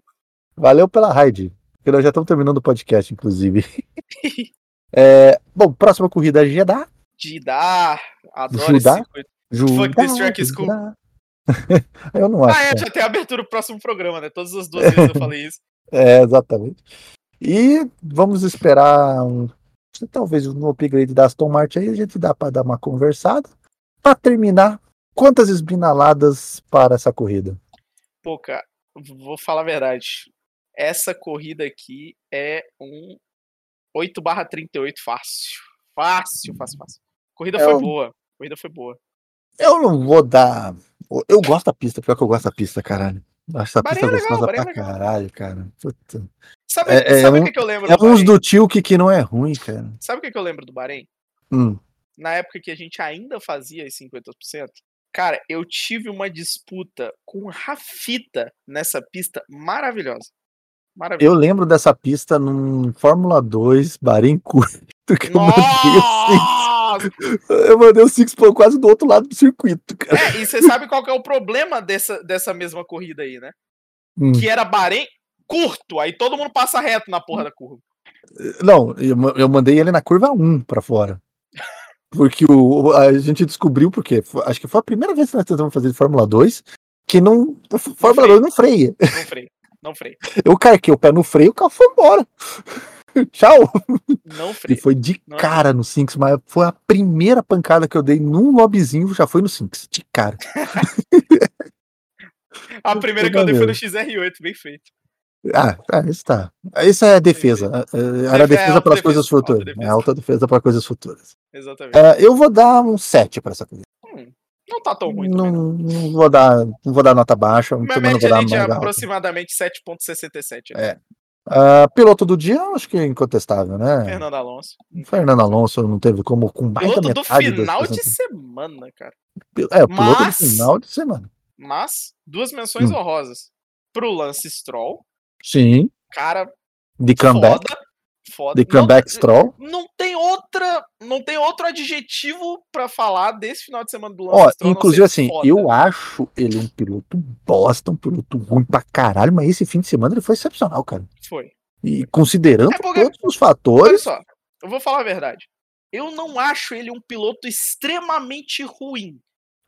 B: Valeu pela raid. Porque nós já estamos terminando o podcast, inclusive. É, bom, próxima corrida é Jeddah.
C: De dar. Adoro
B: Judá?
C: esse circuito.
B: Judá,
C: Fuck this track is cool.
B: Jeddah. eu não acho.
C: Ah,
B: que
C: é,
B: é.
C: já tem a abertura pro próximo programa, né? Todas as duas vezes eu falei isso.
B: É, exatamente. E vamos esperar um, talvez um upgrade da Aston Martin aí, a gente dá para dar uma conversada. Para terminar, quantas esbinaladas para essa corrida?
C: Pô, cara, vou falar a verdade. Essa corrida aqui é um 8 38 fácil. Fácil, fácil, fácil. Corrida
B: É
C: foi
B: um-
C: boa. Corrida foi boa.
B: Eu não vou dar. Eu gosto da pista, pior que eu gosto da pista, caralho. Eu Acho essa
C: Bahrein
B: pista
C: é legal,
B: gostosa
C: Bahrein é
B: pra
C: legal.
B: caralho, cara. Puta.
C: Sabe,
B: É- é
C: sabe o
B: um-
C: que, que eu lembro
B: É
C: do
B: uns
C: Bahrein?
B: do tio que, que não é ruim, cara.
C: Sabe o que, que eu lembro do Bahrein?
B: Hum.
C: Na época que a gente ainda fazia os 50%, cara, eu tive uma disputa com Rafita nessa pista maravilhosa. Maravilhosa.
B: Eu lembro dessa pista num Fórmula 2 Bahrein curto que eu mandei
C: Nossa!
B: o Six. Eu mandei o Six Paul quase do outro lado do circuito, cara.
C: É, e você sabe qual que é o problema dessa, dessa mesma corrida aí, né?
B: Hum.
C: Que era Bahrein curto, aí todo mundo passa reto na porra da curva.
B: Não, eu, ma- eu mandei ele na curva 1 pra fora. Porque o, o- a gente descobriu, porque fo- acho que foi a primeira vez que nós tentamos fazer de Fórmula 2, que não. a F- Fórmula 2
C: freia.
B: não freia.
C: Não freio, não freio,
B: Eu carquei o pé no freio, o carro foi embora. Tchau!
C: não
B: E
C: freio.
B: foi de
C: Não é?
B: cara no Sinks, mas foi a primeira pancada que eu dei num lobbyzinho, já foi no Sinks, de cara.
C: A primeira que eu dei foi no
B: é maneiro.
C: XR8, bem feito.
B: Ah, ah, isso tá. Isso é defesa. eh, Era
C: Defe- é
B: defesa
C: autodefesa,
B: pelas coisas futuras. É
C: autodefesa.
B: alta defesa para coisas futuras.
C: Exatamente.
B: Eh, eu vou dar um 7 pra essa corrida.
C: Não tá tão ruim.
B: Não,
C: Não,
B: não vou dar, não vou dar nota baixa,
C: Minha
B: também não vou
C: média
B: dar
C: ali de
B: mais alta.
C: aproximadamente 7,67.
B: É. Ah, piloto do dia, eu acho que é incontestável, né? Fernando,
C: Fernando Alonso.
B: Alonso não teve como com mais da
C: Piloto do
B: metade das
C: final de
B: pessoas-
C: semana, cara.
B: É, o piloto
C: Mas-
B: do final de semana.
C: Mas, duas menções
B: Hum.
C: honrosas. Pro Lance Stroll,
B: Sim,
C: cara,
B: de comeback,
C: foda. Foda.
B: de comeback
C: Não-
B: stroll.
C: não tem outra, não tem outro adjetivo pra falar desse final de semana do Lance
B: Ó,
C: Stroll, a então não ser
B: inclusive assim,
C: foda.
B: eu acho ele um piloto bosta, um piloto ruim pra caralho, mas esse fim de semana ele foi excepcional, cara.
C: foi.
B: E considerando
C: É porque-
B: todos os
C: Olha
B: fatores,
C: só, eu vou falar a verdade. Eu não acho ele um piloto extremamente ruim.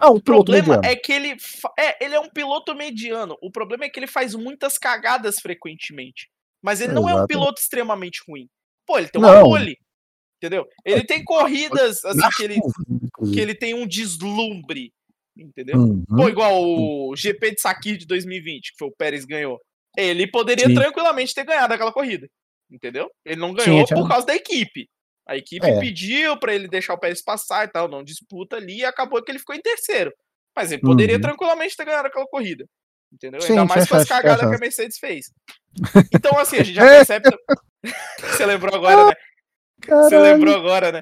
B: ah, um
C: O
B: piloto
C: problema
B: mediano.
C: é que ele fa- é, ele é um piloto mediano. O problema é que ele faz muitas cagadas frequentemente. Mas ele não é um
B: Exato.
C: piloto extremamente ruim. Pô, ele tem uma
B: Não.
C: pole. Entendeu? Ele tem corridas assim
B: Na
C: que ele,
B: chuva,
C: que
B: Uhum, inclusive.
C: ele tem um deslumbre. Entendeu?
B: Uhum.
C: Pô, igual o GP de Sakir de 2020, que foi o Pérez que ganhou. Ele poderia
B: Sim.
C: tranquilamente ter ganhado aquela corrida. Entendeu? Ele não
B: Sim,
C: ganhou
B: tinha- um
C: por causa da equipe. A equipe
B: É.
C: pediu pra ele deixar o Pérez passar e tal, não disputa ali e acabou que ele ficou em terceiro. Mas ele poderia
B: Uhum.
C: tranquilamente ter ganhado aquela corrida. Entendeu?
B: Sim,
C: Ainda mais
B: tinha
C: com
B: chance,
C: as
B: tinha
C: cagadas que a
B: chance.
C: Mercedes fez. Então, assim, a gente já percebe. Você lembrou agora, né? Você
B: Caralho.
C: lembrou agora, né?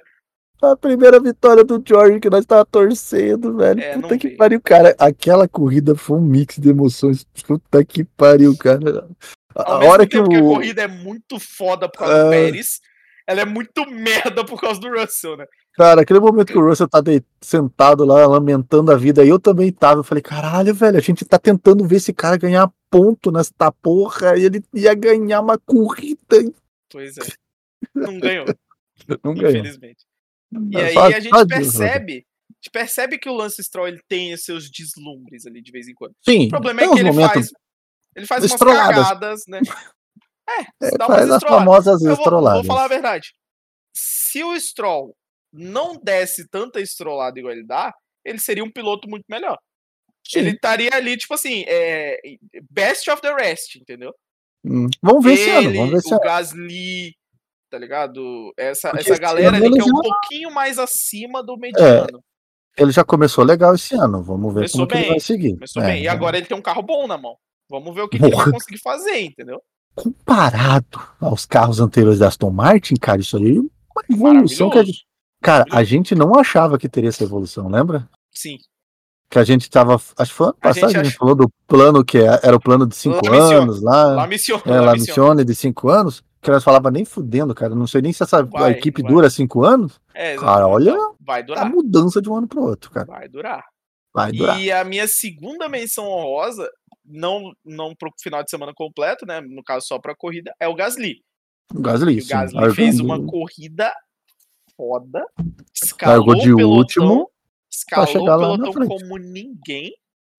B: A primeira vitória do George que nós tava torcendo, velho.
C: É, não
B: Puta que
C: vi.
B: pariu, cara. Aquela corrida foi um mix de emoções. Puta que pariu, cara. A,
C: Ao
B: a
C: mesmo
B: hora que
C: tempo que, a
B: o.
C: corrida é muito foda por causa do
B: Ah.
C: Pérez, ela é muito merda por causa do Russell, né?
B: Cara, aquele momento que o Russell tá de- sentado lá, lamentando a vida, eu também tava. Eu falei, caralho, velho, a gente tá tentando ver esse cara ganhar ponto nesta porra. E ele ia ganhar uma corrida. e
C: Pois é. Não ganhou,
B: Não ganhou.
C: infelizmente. E aí
B: Só-
C: a
B: só disso,
C: gente
B: velho.
C: percebe, a gente percebe que o Lance Stroll ele tem os seus deslumbres ali de vez em quando.
B: Sim,
C: O problema
B: tem
C: é que
B: uns
C: ele
B: momentos.
C: faz ele faz umas
B: Estroladas.
C: cagadas, né? É,
B: é,
C: dá
B: faz
C: umas
B: as
C: estroladas.
B: famosas
C: Eu vou, vou
B: estroladas.
C: falar a verdade. Se o Stroll não desse tanta estrolada igual ele dá, ele seria um piloto muito melhor.
B: Sim.
C: Ele estaria ali, tipo assim, é, best of the rest, entendeu?
B: Hum, Vamos ver esse ano,
C: Ele,
B: vamos ver esse
C: o
B: ano.
C: Gasly, tá ligado? Essa,
B: Porque
C: essa
B: esse ano
C: galera ali que é
B: eles
C: um
B: já-
C: pouquinho mais acima do mediano.
B: Ele já começou legal esse ano. Vamos ver
C: Começou
B: como que ele
C: bem,
B: vai seguir.
C: Começou
B: É,
C: bem. E agora ele tem um carro bom na mão. Vamos ver o que, que ele vai
B: Porra.
C: conseguir fazer, entendeu?
B: Comparado aos carros anteriores da Aston Martin, cara, isso aí é Uma evolução que a gente. Cara, a gente não achava que teria essa evolução, lembra?
C: Sim.
B: Que a gente tava. Acho que foi ano
C: A gente
B: passado, a gente,
C: ach-
B: falou do plano que é- era o plano de cinco
C: La Missione.
B: anos lá.
C: Lá missionou.
B: é, La Missione de cinco anos, que elas falavam nem fudendo, cara. Não sei nem se essa
C: Vai,
B: a equipe
C: vai.
B: dura cinco anos.
C: É,
B: Cara, olha
C: Vai
B: a
C: durar.
B: mudança de um ano pro outro, cara.
C: Vai durar.
B: Vai durar.
C: E a minha segunda menção honrosa, não, não pro final de semana completo, né? No caso, só pra corrida, é o Gasly.
B: O Gasly,
C: E o
B: sim.
C: Gasly
B: Largou
C: fez
B: do-
C: uma corrida foda. Escalou
B: Largou
C: o
B: de
C: pelotão,
B: último.
C: escalou
B: chegar lá
C: o
B: na
C: pelotão
B: frente.
C: como ninguém,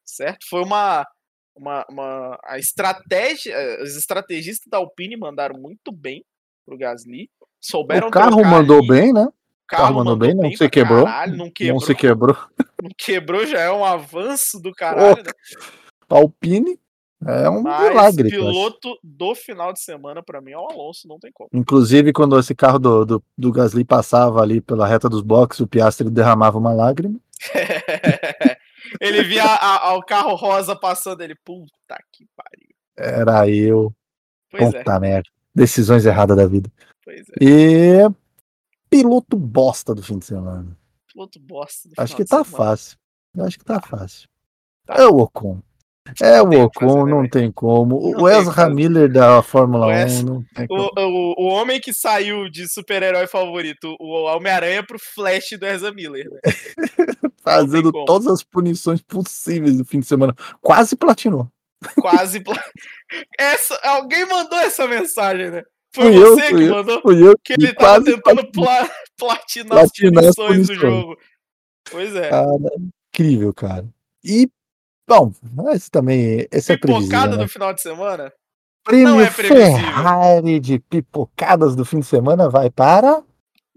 C: certo? Foi uma. Uma, uma- a estratégia, eh, os estrategistas da Alpine mandaram muito bem pro Gasly. Souberam
B: O carro
C: um trocar
B: mandou
C: ali,
B: bem, né?
C: o carro
B: carro mandou bem, não se
C: pra
B: quebrou,
C: caralho, não
B: Não
C: quebrou.
B: se quebrou.
C: não quebrou já é um avanço do caralho, né?
B: Alpine é um
C: Mas
B: milagre. cara.
C: piloto do final de semana, pra mim, é o Alonso, não tem como.
B: Inclusive, quando esse carro do, do, do Gasly passava ali pela reta dos boxes, o Piastri derramava uma lágrima.
C: ele via a- a- o carro rosa passando, ele, puta que pariu.
B: Era eu.
C: Pois é,
B: Puta merda. Decisões erradas da vida.
C: pois é.
B: E piloto bosta do fim de semana.
C: Piloto é. bosta. do
B: Acho
C: final
B: que
C: de
B: tá
C: semana.
B: fácil. Eu acho que tá fácil.
C: Tá.
B: É o Ocon. É o
C: tem o que
B: Ocon,
C: fazer, né,
B: não
C: velho?
B: tem como. O-
C: Não
B: o
C: tem o que
B: Ezra
C: fazer.
B: Miller da Fórmula
C: O
B: 1
C: Ezra-
B: não tem como.
C: O, o, o homem que saiu de super-herói favorito, o Homem-Aranha, pro Flash do Ezra Miller. né?
B: fazendo
C: como.
B: todas as punições possíveis no fim de semana. Quase platinou.
C: Quase. pla- essa, alguém mandou essa mensagem, né? Foi
B: Fui eu,
C: você
B: fui
C: que
B: eu.
C: mandou.
B: Fui eu
C: Que ele
B: que
C: tava
B: quase platinou.
C: tentando pla- platinar as
B: Platinar as
C: punições do
B: punições. Ah,
C: jogo. Pois é.
B: Cara, incrível, cara. E, bom, esse também, esse é
C: Pipocada
B: previsível, né?
C: do final de semana?
B: Prêmio
C: é previsível.
B: Ferrari de pipocadas do fim de semana vai para...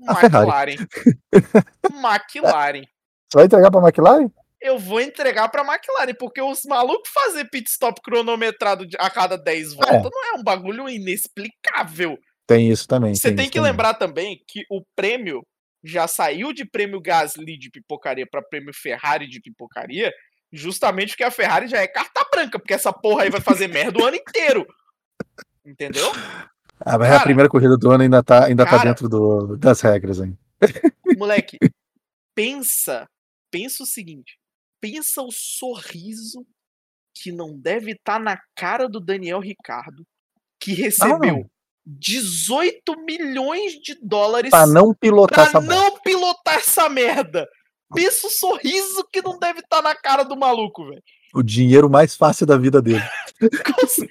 B: A Ferrari.
C: McLaren. McLaren.
B: Você vai entregar para a McLaren?
C: Eu vou entregar pra McLaren, porque os malucos fazer pit stop cronometrado de- a cada 10 voltas não é um bagulho inexplicável.
B: Tem isso também.
C: Você tem
B: isso
C: que
B: também.
C: lembrar também que o prêmio já saiu de prêmio Gasly de pipocaria pra prêmio Ferrari de pipocaria, justamente porque a Ferrari já é carta branca, porque essa porra aí vai fazer merda o ano inteiro. Entendeu?
B: Ah, mas
C: Cara,
B: a primeira corrida do ano ainda tá, ainda tá
C: cara,
B: dentro do, das regras, hein?
C: Moleque, pensa, pensa o seguinte, pensa o sorriso que não deve estar na cara do Daniel Ricardo, que
B: Ah,
C: recebeu 18 milhões de dólares
B: Para não pilotar essa
C: pra
B: bola.
C: não pilotar essa merda. Pensa o sorriso que não deve estar na cara do maluco, velho.
B: O dinheiro mais fácil da vida dele.
C: assim?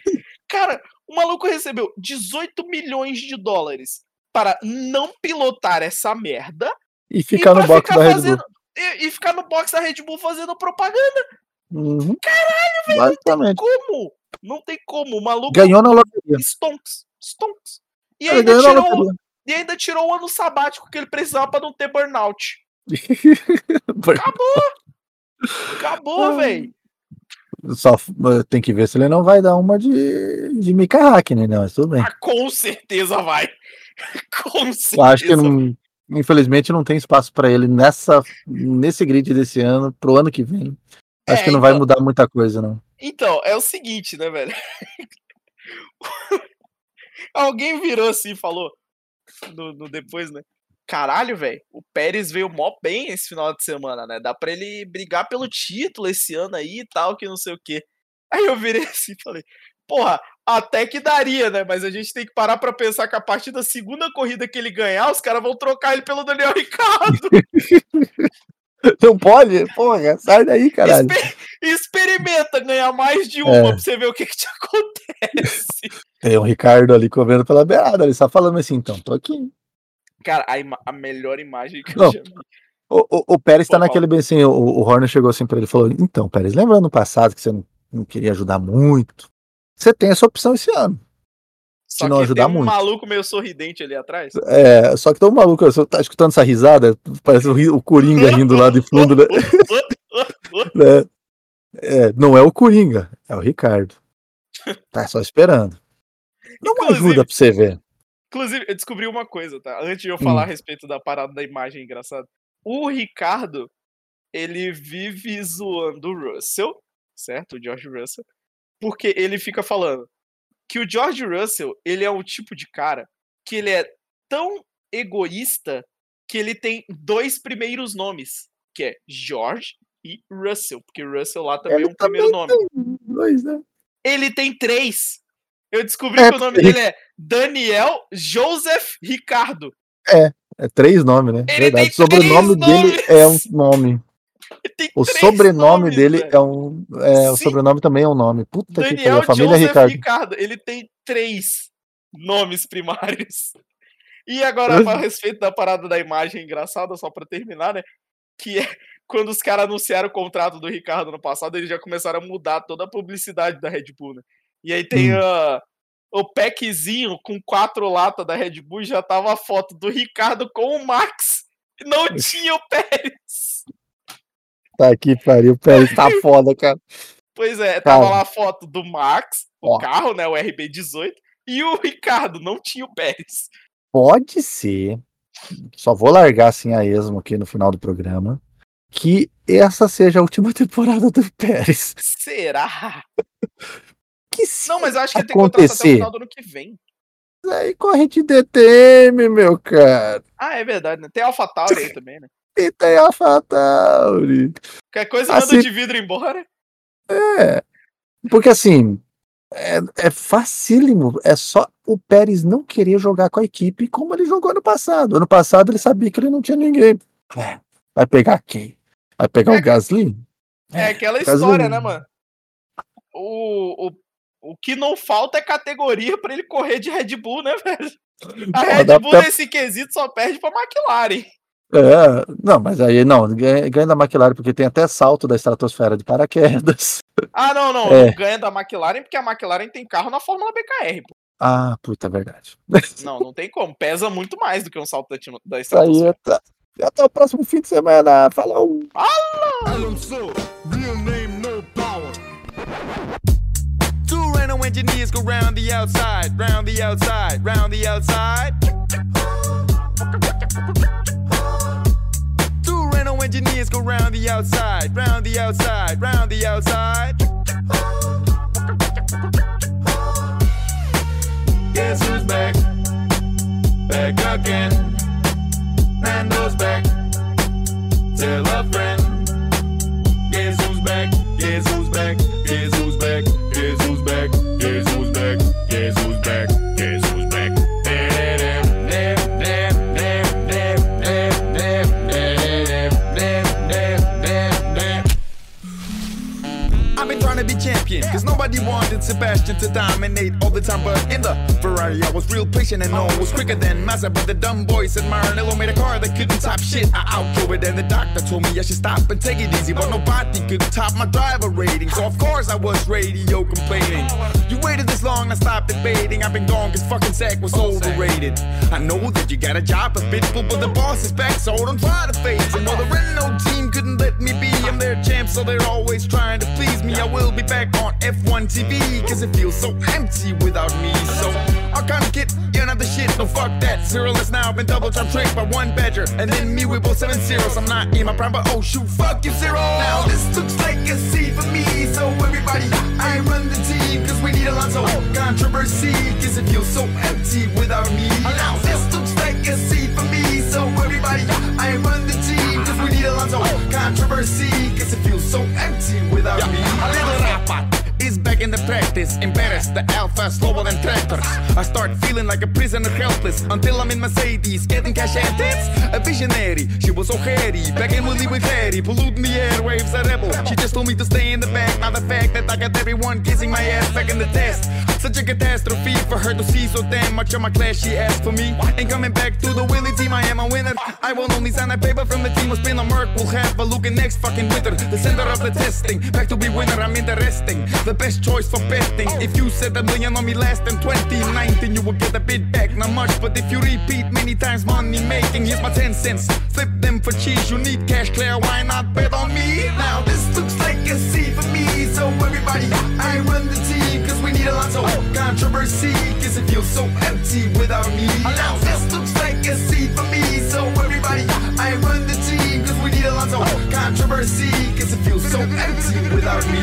C: Cara, o maluco recebeu 18 milhões de dólares para não pilotar essa merda
B: E ficar
C: e pra
B: no box
C: ficar
B: da Red Bull.
C: fazendo- E, e ficar no box da Red Bull fazendo propaganda.
B: Uhum. Caralho, velho.
C: Como? Não tem como. O maluco é
B: Ganhou na loteria.
C: stonks. Stonks. E
B: Cara,
C: ainda,
B: ganhou na
C: tirou, um,
B: loteria.
C: e ainda tirou o ano sabático que ele precisava pra não ter burnout. um
B: Ai.
C: Acabou, velho.
B: Só f- tem que ver se ele não vai dar uma de, de Mika Hakkinen, não, mas tudo bem.
C: Ah, com certeza vai. Com certeza.
B: Eu acho que não, infelizmente não tem espaço para ele nessa, nesse grid desse ano, pro ano que vem. Acho
C: É,
B: que não vai mudar muita coisa, não.
C: Então, é o seguinte, né, velho? Alguém virou assim e falou no, no depois, né? Caralho, velho, o Pérez veio mó bem esse final de semana, né? Dá pra ele brigar pelo título esse ano aí e tal, que não sei o quê. Aí eu virei assim e falei, porra, até que daria, né? Mas a gente tem que parar pra pensar que a partir da segunda corrida que ele ganhar, os caras vão trocar ele pelo Daniel Ricardo.
B: Não pode? Porra, sai daí, caralho.
C: Exper- experimenta ganhar mais de uma
B: É.
C: pra você ver o que, que te acontece.
B: Tem o Ricardo ali cobrando pela beirada, ele só falando assim, então, tô aqui.
C: Cara, a, ima- a melhor imagem que eu
B: Não.
C: já vi.
B: O, o, o Pérez tá
C: Pô, Paulo.
B: naquele bem assim, o, o Horner chegou assim pra ele e falou, então, Pérez, lembra ano passado que você não, não queria ajudar muito? Você tem essa opção esse ano.
C: Só
B: não
C: que
B: ajudar
C: tem um
B: muito.
C: maluco meio sorridente ali atrás.
B: É, só que tão maluco, você tá escutando essa risada, parece o, ri- o Coringa rindo lá de fundo, né? né? É, não é o Coringa, é o Ricardo. Tá só esperando. Não
C: Inclusive-
B: ajuda pra você ver.
C: Inclusive, eu descobri uma coisa, tá? Antes de eu falar a respeito da parada da imagem engraçada. O Ricardo, ele vive zoando o Russell, certo? O George Russell. Porque ele fica falando que o George Russell, ele é um tipo de cara que ele é tão egoísta que ele tem dois primeiros nomes, que é George e Russell, porque Russell lá também
B: Ele
C: é um primeiro nome.
B: Dois, né?
C: Ele tem três. Eu descobri
B: É,
C: que o nome
B: porque-
C: dele é Daniel Joseph Ricardo.
B: É três nomes, né?
C: tem
B: Verdade. O
C: três
B: sobrenome dele
C: nomes!
B: é um nome.
C: Ele tem
B: O
C: três
B: sobrenome
C: nomes,
B: dele
C: velho.
B: é um. É, o
C: Sim.
B: sobrenome também é um nome. Puta que pariu.
C: Daniel
B: A família
C: Joseph
B: Ricardo.
C: Ricardo. Ele tem três nomes primários. E agora,
B: Eu-
C: a respeito da parada da imagem engraçada, só pra terminar, né? Que é quando os caras anunciaram o contrato do Ricardo no passado, eles já começaram a mudar toda a publicidade da Red Bull, né? E aí tem
B: Hum.
C: ah, o packzinho com quatro latas da Red Bull e já tava a foto do Ricardo com o Max. E Não tinha o Pérez.
B: Tá que pariu. Peraí, tá foda, cara.
C: Pois é, tava
B: Cara.
C: lá a foto do Max, o
B: Ó.
C: carro, né? O RB18, e o Ricardo, não tinha o Pérez.
B: Pode ser. Só vou largar assim a esmo aqui no final do programa. Que essa seja a última temporada do Pérez.
C: Será?
B: Que se
C: Não, mas eu acho que ele tem contrato até o
B: Acontecer.
C: final do ano que vem.
B: aí corre de DTM, meu cara.
C: Ah, é verdade, né? Tem AlphaTauri aí também, né?
B: E tem a Fatauri.
C: Qualquer coisa
B: Ah,
C: manda
B: se-
C: de vidro embora. É
B: Porque assim, é, é facílimo, é só o Pérez não querer jogar com a equipe como ele jogou ano passado. Ano passado ele sabia que ele não tinha ninguém. É, vai pegar quem? Vai pegar
C: É.
B: o Gasly?
C: É aquela
B: caso-
C: história, né, mano? O, o, o que não falta é categoria pra ele correr de Red Bull, né, velho? A
B: Pô,
C: Red
B: dá
C: Bull
B: pra-
C: nesse quesito só perde pra McLaren.
B: É, não, mas aí não, ganha, ganha da McLaren, porque tem até salto da estratosfera de paraquedas.
C: Ah, não, não.
B: É.
C: não Ganha da McLaren porque a McLaren tem carro na Fórmula BKR, pô.
B: Ah, puta, é verdade.
C: Não, não tem como. Pesa muito mais do que um salto da, tino- da
B: Isso aí é
C: estratosfera.
B: até, até tá o próximo fim de semana. um. Falou!
E: Alonso, real name, no power. Two rhino engineers go round the outside, round the outside, round the outside. Two rhino
B: é.
E: engineers go round the outside, round the outside, round the outside. Guess who's back? Back again. Nando's back. Tell a friend. Guess who's back? Guess who's back? Guess who's back? Guess who's back? Guess who's back? Guess who's back? Guess who's back? I've been trying to be champion, cause nobody wanted Sebastian to dominate all the time. But in the Ferrari, I was real patient and no one was quicker than Massa. But the dumb boys at Maranello made a car that couldn't top shit. I outgrew it, and the doctor told me I should stop and take it easy. But nobody could top my driver rating, so of course I was radio complaining. You waited this long, I stopped debating. I've been gone cause fucking Zach was overrated. I know that you got a job as bitch, but the boss is back, so don't try to fade. So while the Renault team couldn't let me be, I'm their champ, so they're always trying to please me. I will be back on F1 TV, cause it feels so empty without me. So I'll come get you another shit, no fuck that. Cyril has now been double time tricked by one badger, and then me, we both seven zeros. I'm not in my prime, but oh shoot, fuck you, Cyril. Now this looks like a C for me, so everybody, I run the team, cause we need Alonso. Controversy, cause it feels so empty without me. Now this looks like a C for me, so everybody, I run the team, cause we need Alonso. Controversy, cause it feels so empty without me. Little rapper is back in the practice. Embarrassed, the alpha slower than tractors. I start feeling like a prisoner helpless until I'm in Mercedes, getting cash and tips. A visionary, she was so hairy. Back in Willie with Harry, polluting the airwaves, a rebel. She just told me to stay in the back. Now the fact that I got everyone kissing my ass back in the test. Such a catastrophe for her to see so damn much of my class she asked for me. And coming back to the Willie team, I am a winner. I will only sign a paper from the team. A spin on Merc will have a look in next fucking winter. The center of the testing. Back to be winner, I'm interesting. The best choice for betting. If you said a million on me less than 2019, you will get a bit back. Not much, but if you repeat many times money making, here's my 10 cents. Flip them for cheese, you need cash, Claire. Why not bet on me? Now this looks like a C for me. So everybody, I run the team, cause we need a lot of controversy. Cause it feels so empty without me. Now this looks like a C for me. So everybody, I run the team, cause we need a lot of controversy. Cause it feels so empty without me.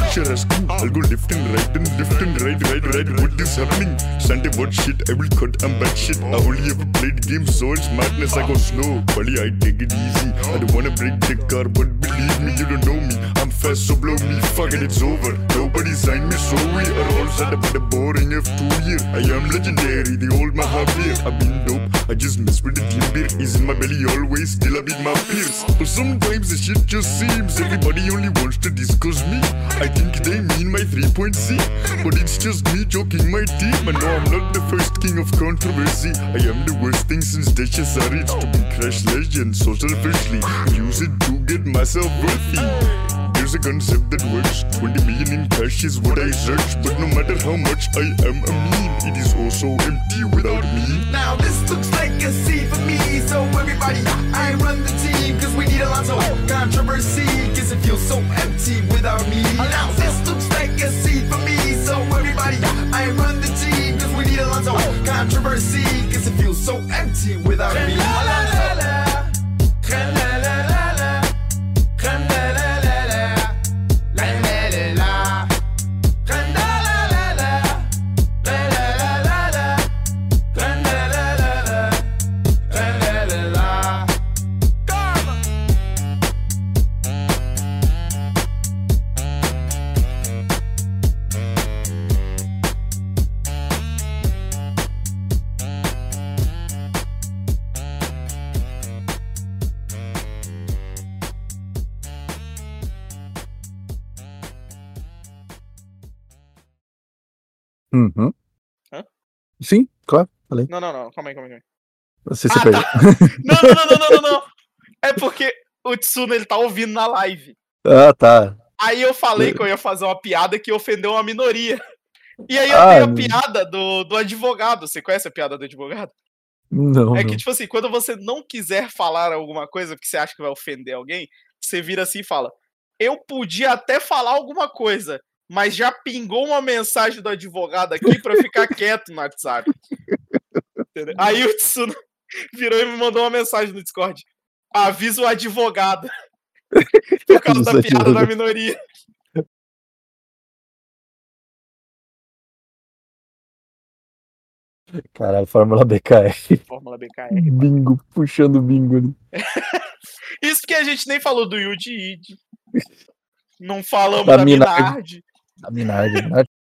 F: picturesque. I'll go left and right and left and right, right, right. What is happening? Shanty, what shit? I will cut and back shit. I only ever played games, so it's madness. I go slow, buddy. I take it easy. I don't wanna break the car, but believe me, you don't know me. I'm fast, so blow me. Fuck it, it's over. Nobody signed me, so we are all set up at a boring F2 year. I am legendary, the old Mahavir. I've been dope. I just mess with the team beer. Is in my belly always, till I beat my peers. But sometimes the shit just seems everybody only wants to discuss me. I think they mean my 3.C, but it's just me joking my team. And no, I'm not the first king of controversy. I am the worst thing since Desha Sarits to be Crash Legend so selfishly. Use it to get myself worthy. There's a concept that works. 20 million in cash is what I search. But no matter how much I am a mean, it is also empty without me.
E: Now this looks like a C for me. So everybody, I run the team. Cause we need a lot of controversy. Cause it feels so empty without me. Now this looks like a C for me. So everybody, I run the team. Cause we need a lot of controversy. Cause it feels so empty without me.
D: Uhum.
C: Hã?
D: Sim, claro.
C: Não, não, não. Calma aí, calma aí. calma
D: Você se
C: Ah,
D: perdeu.
C: aí. Não, não, não, não, não, não, não. É porque o Tsuno ele tá ouvindo na live.
D: Ah, tá.
C: Aí eu falei que eu ia fazer uma piada que ofendeu uma minoria. E aí eu
D: Ah,
C: tenho a
D: não.
C: piada do, do advogado. Você conhece a piada do advogado?
D: Não,
C: É
D: não.
C: que, tipo assim, quando você não quiser falar alguma coisa porque você acha que vai ofender alguém, você vira assim e fala: Eu podia até falar alguma coisa, mas já pingou uma mensagem do advogado aqui pra eu ficar quieto no WhatsApp. Entendeu? Aí o Tsuno virou e me mandou uma mensagem no Discord: Avisa o advogado. Por causa da
D: Avisa o
C: piada da
D: advogado.
C: minoria.
D: Caralho, Fórmula BKR.
C: Fórmula BKR.
D: Bingo, puxando bingo. né?
C: Isso que a gente nem falou do Yuji Ide. Não falamos
D: Da
C: da
D: Minardi.
C: Minardi.
D: A Minardi. né?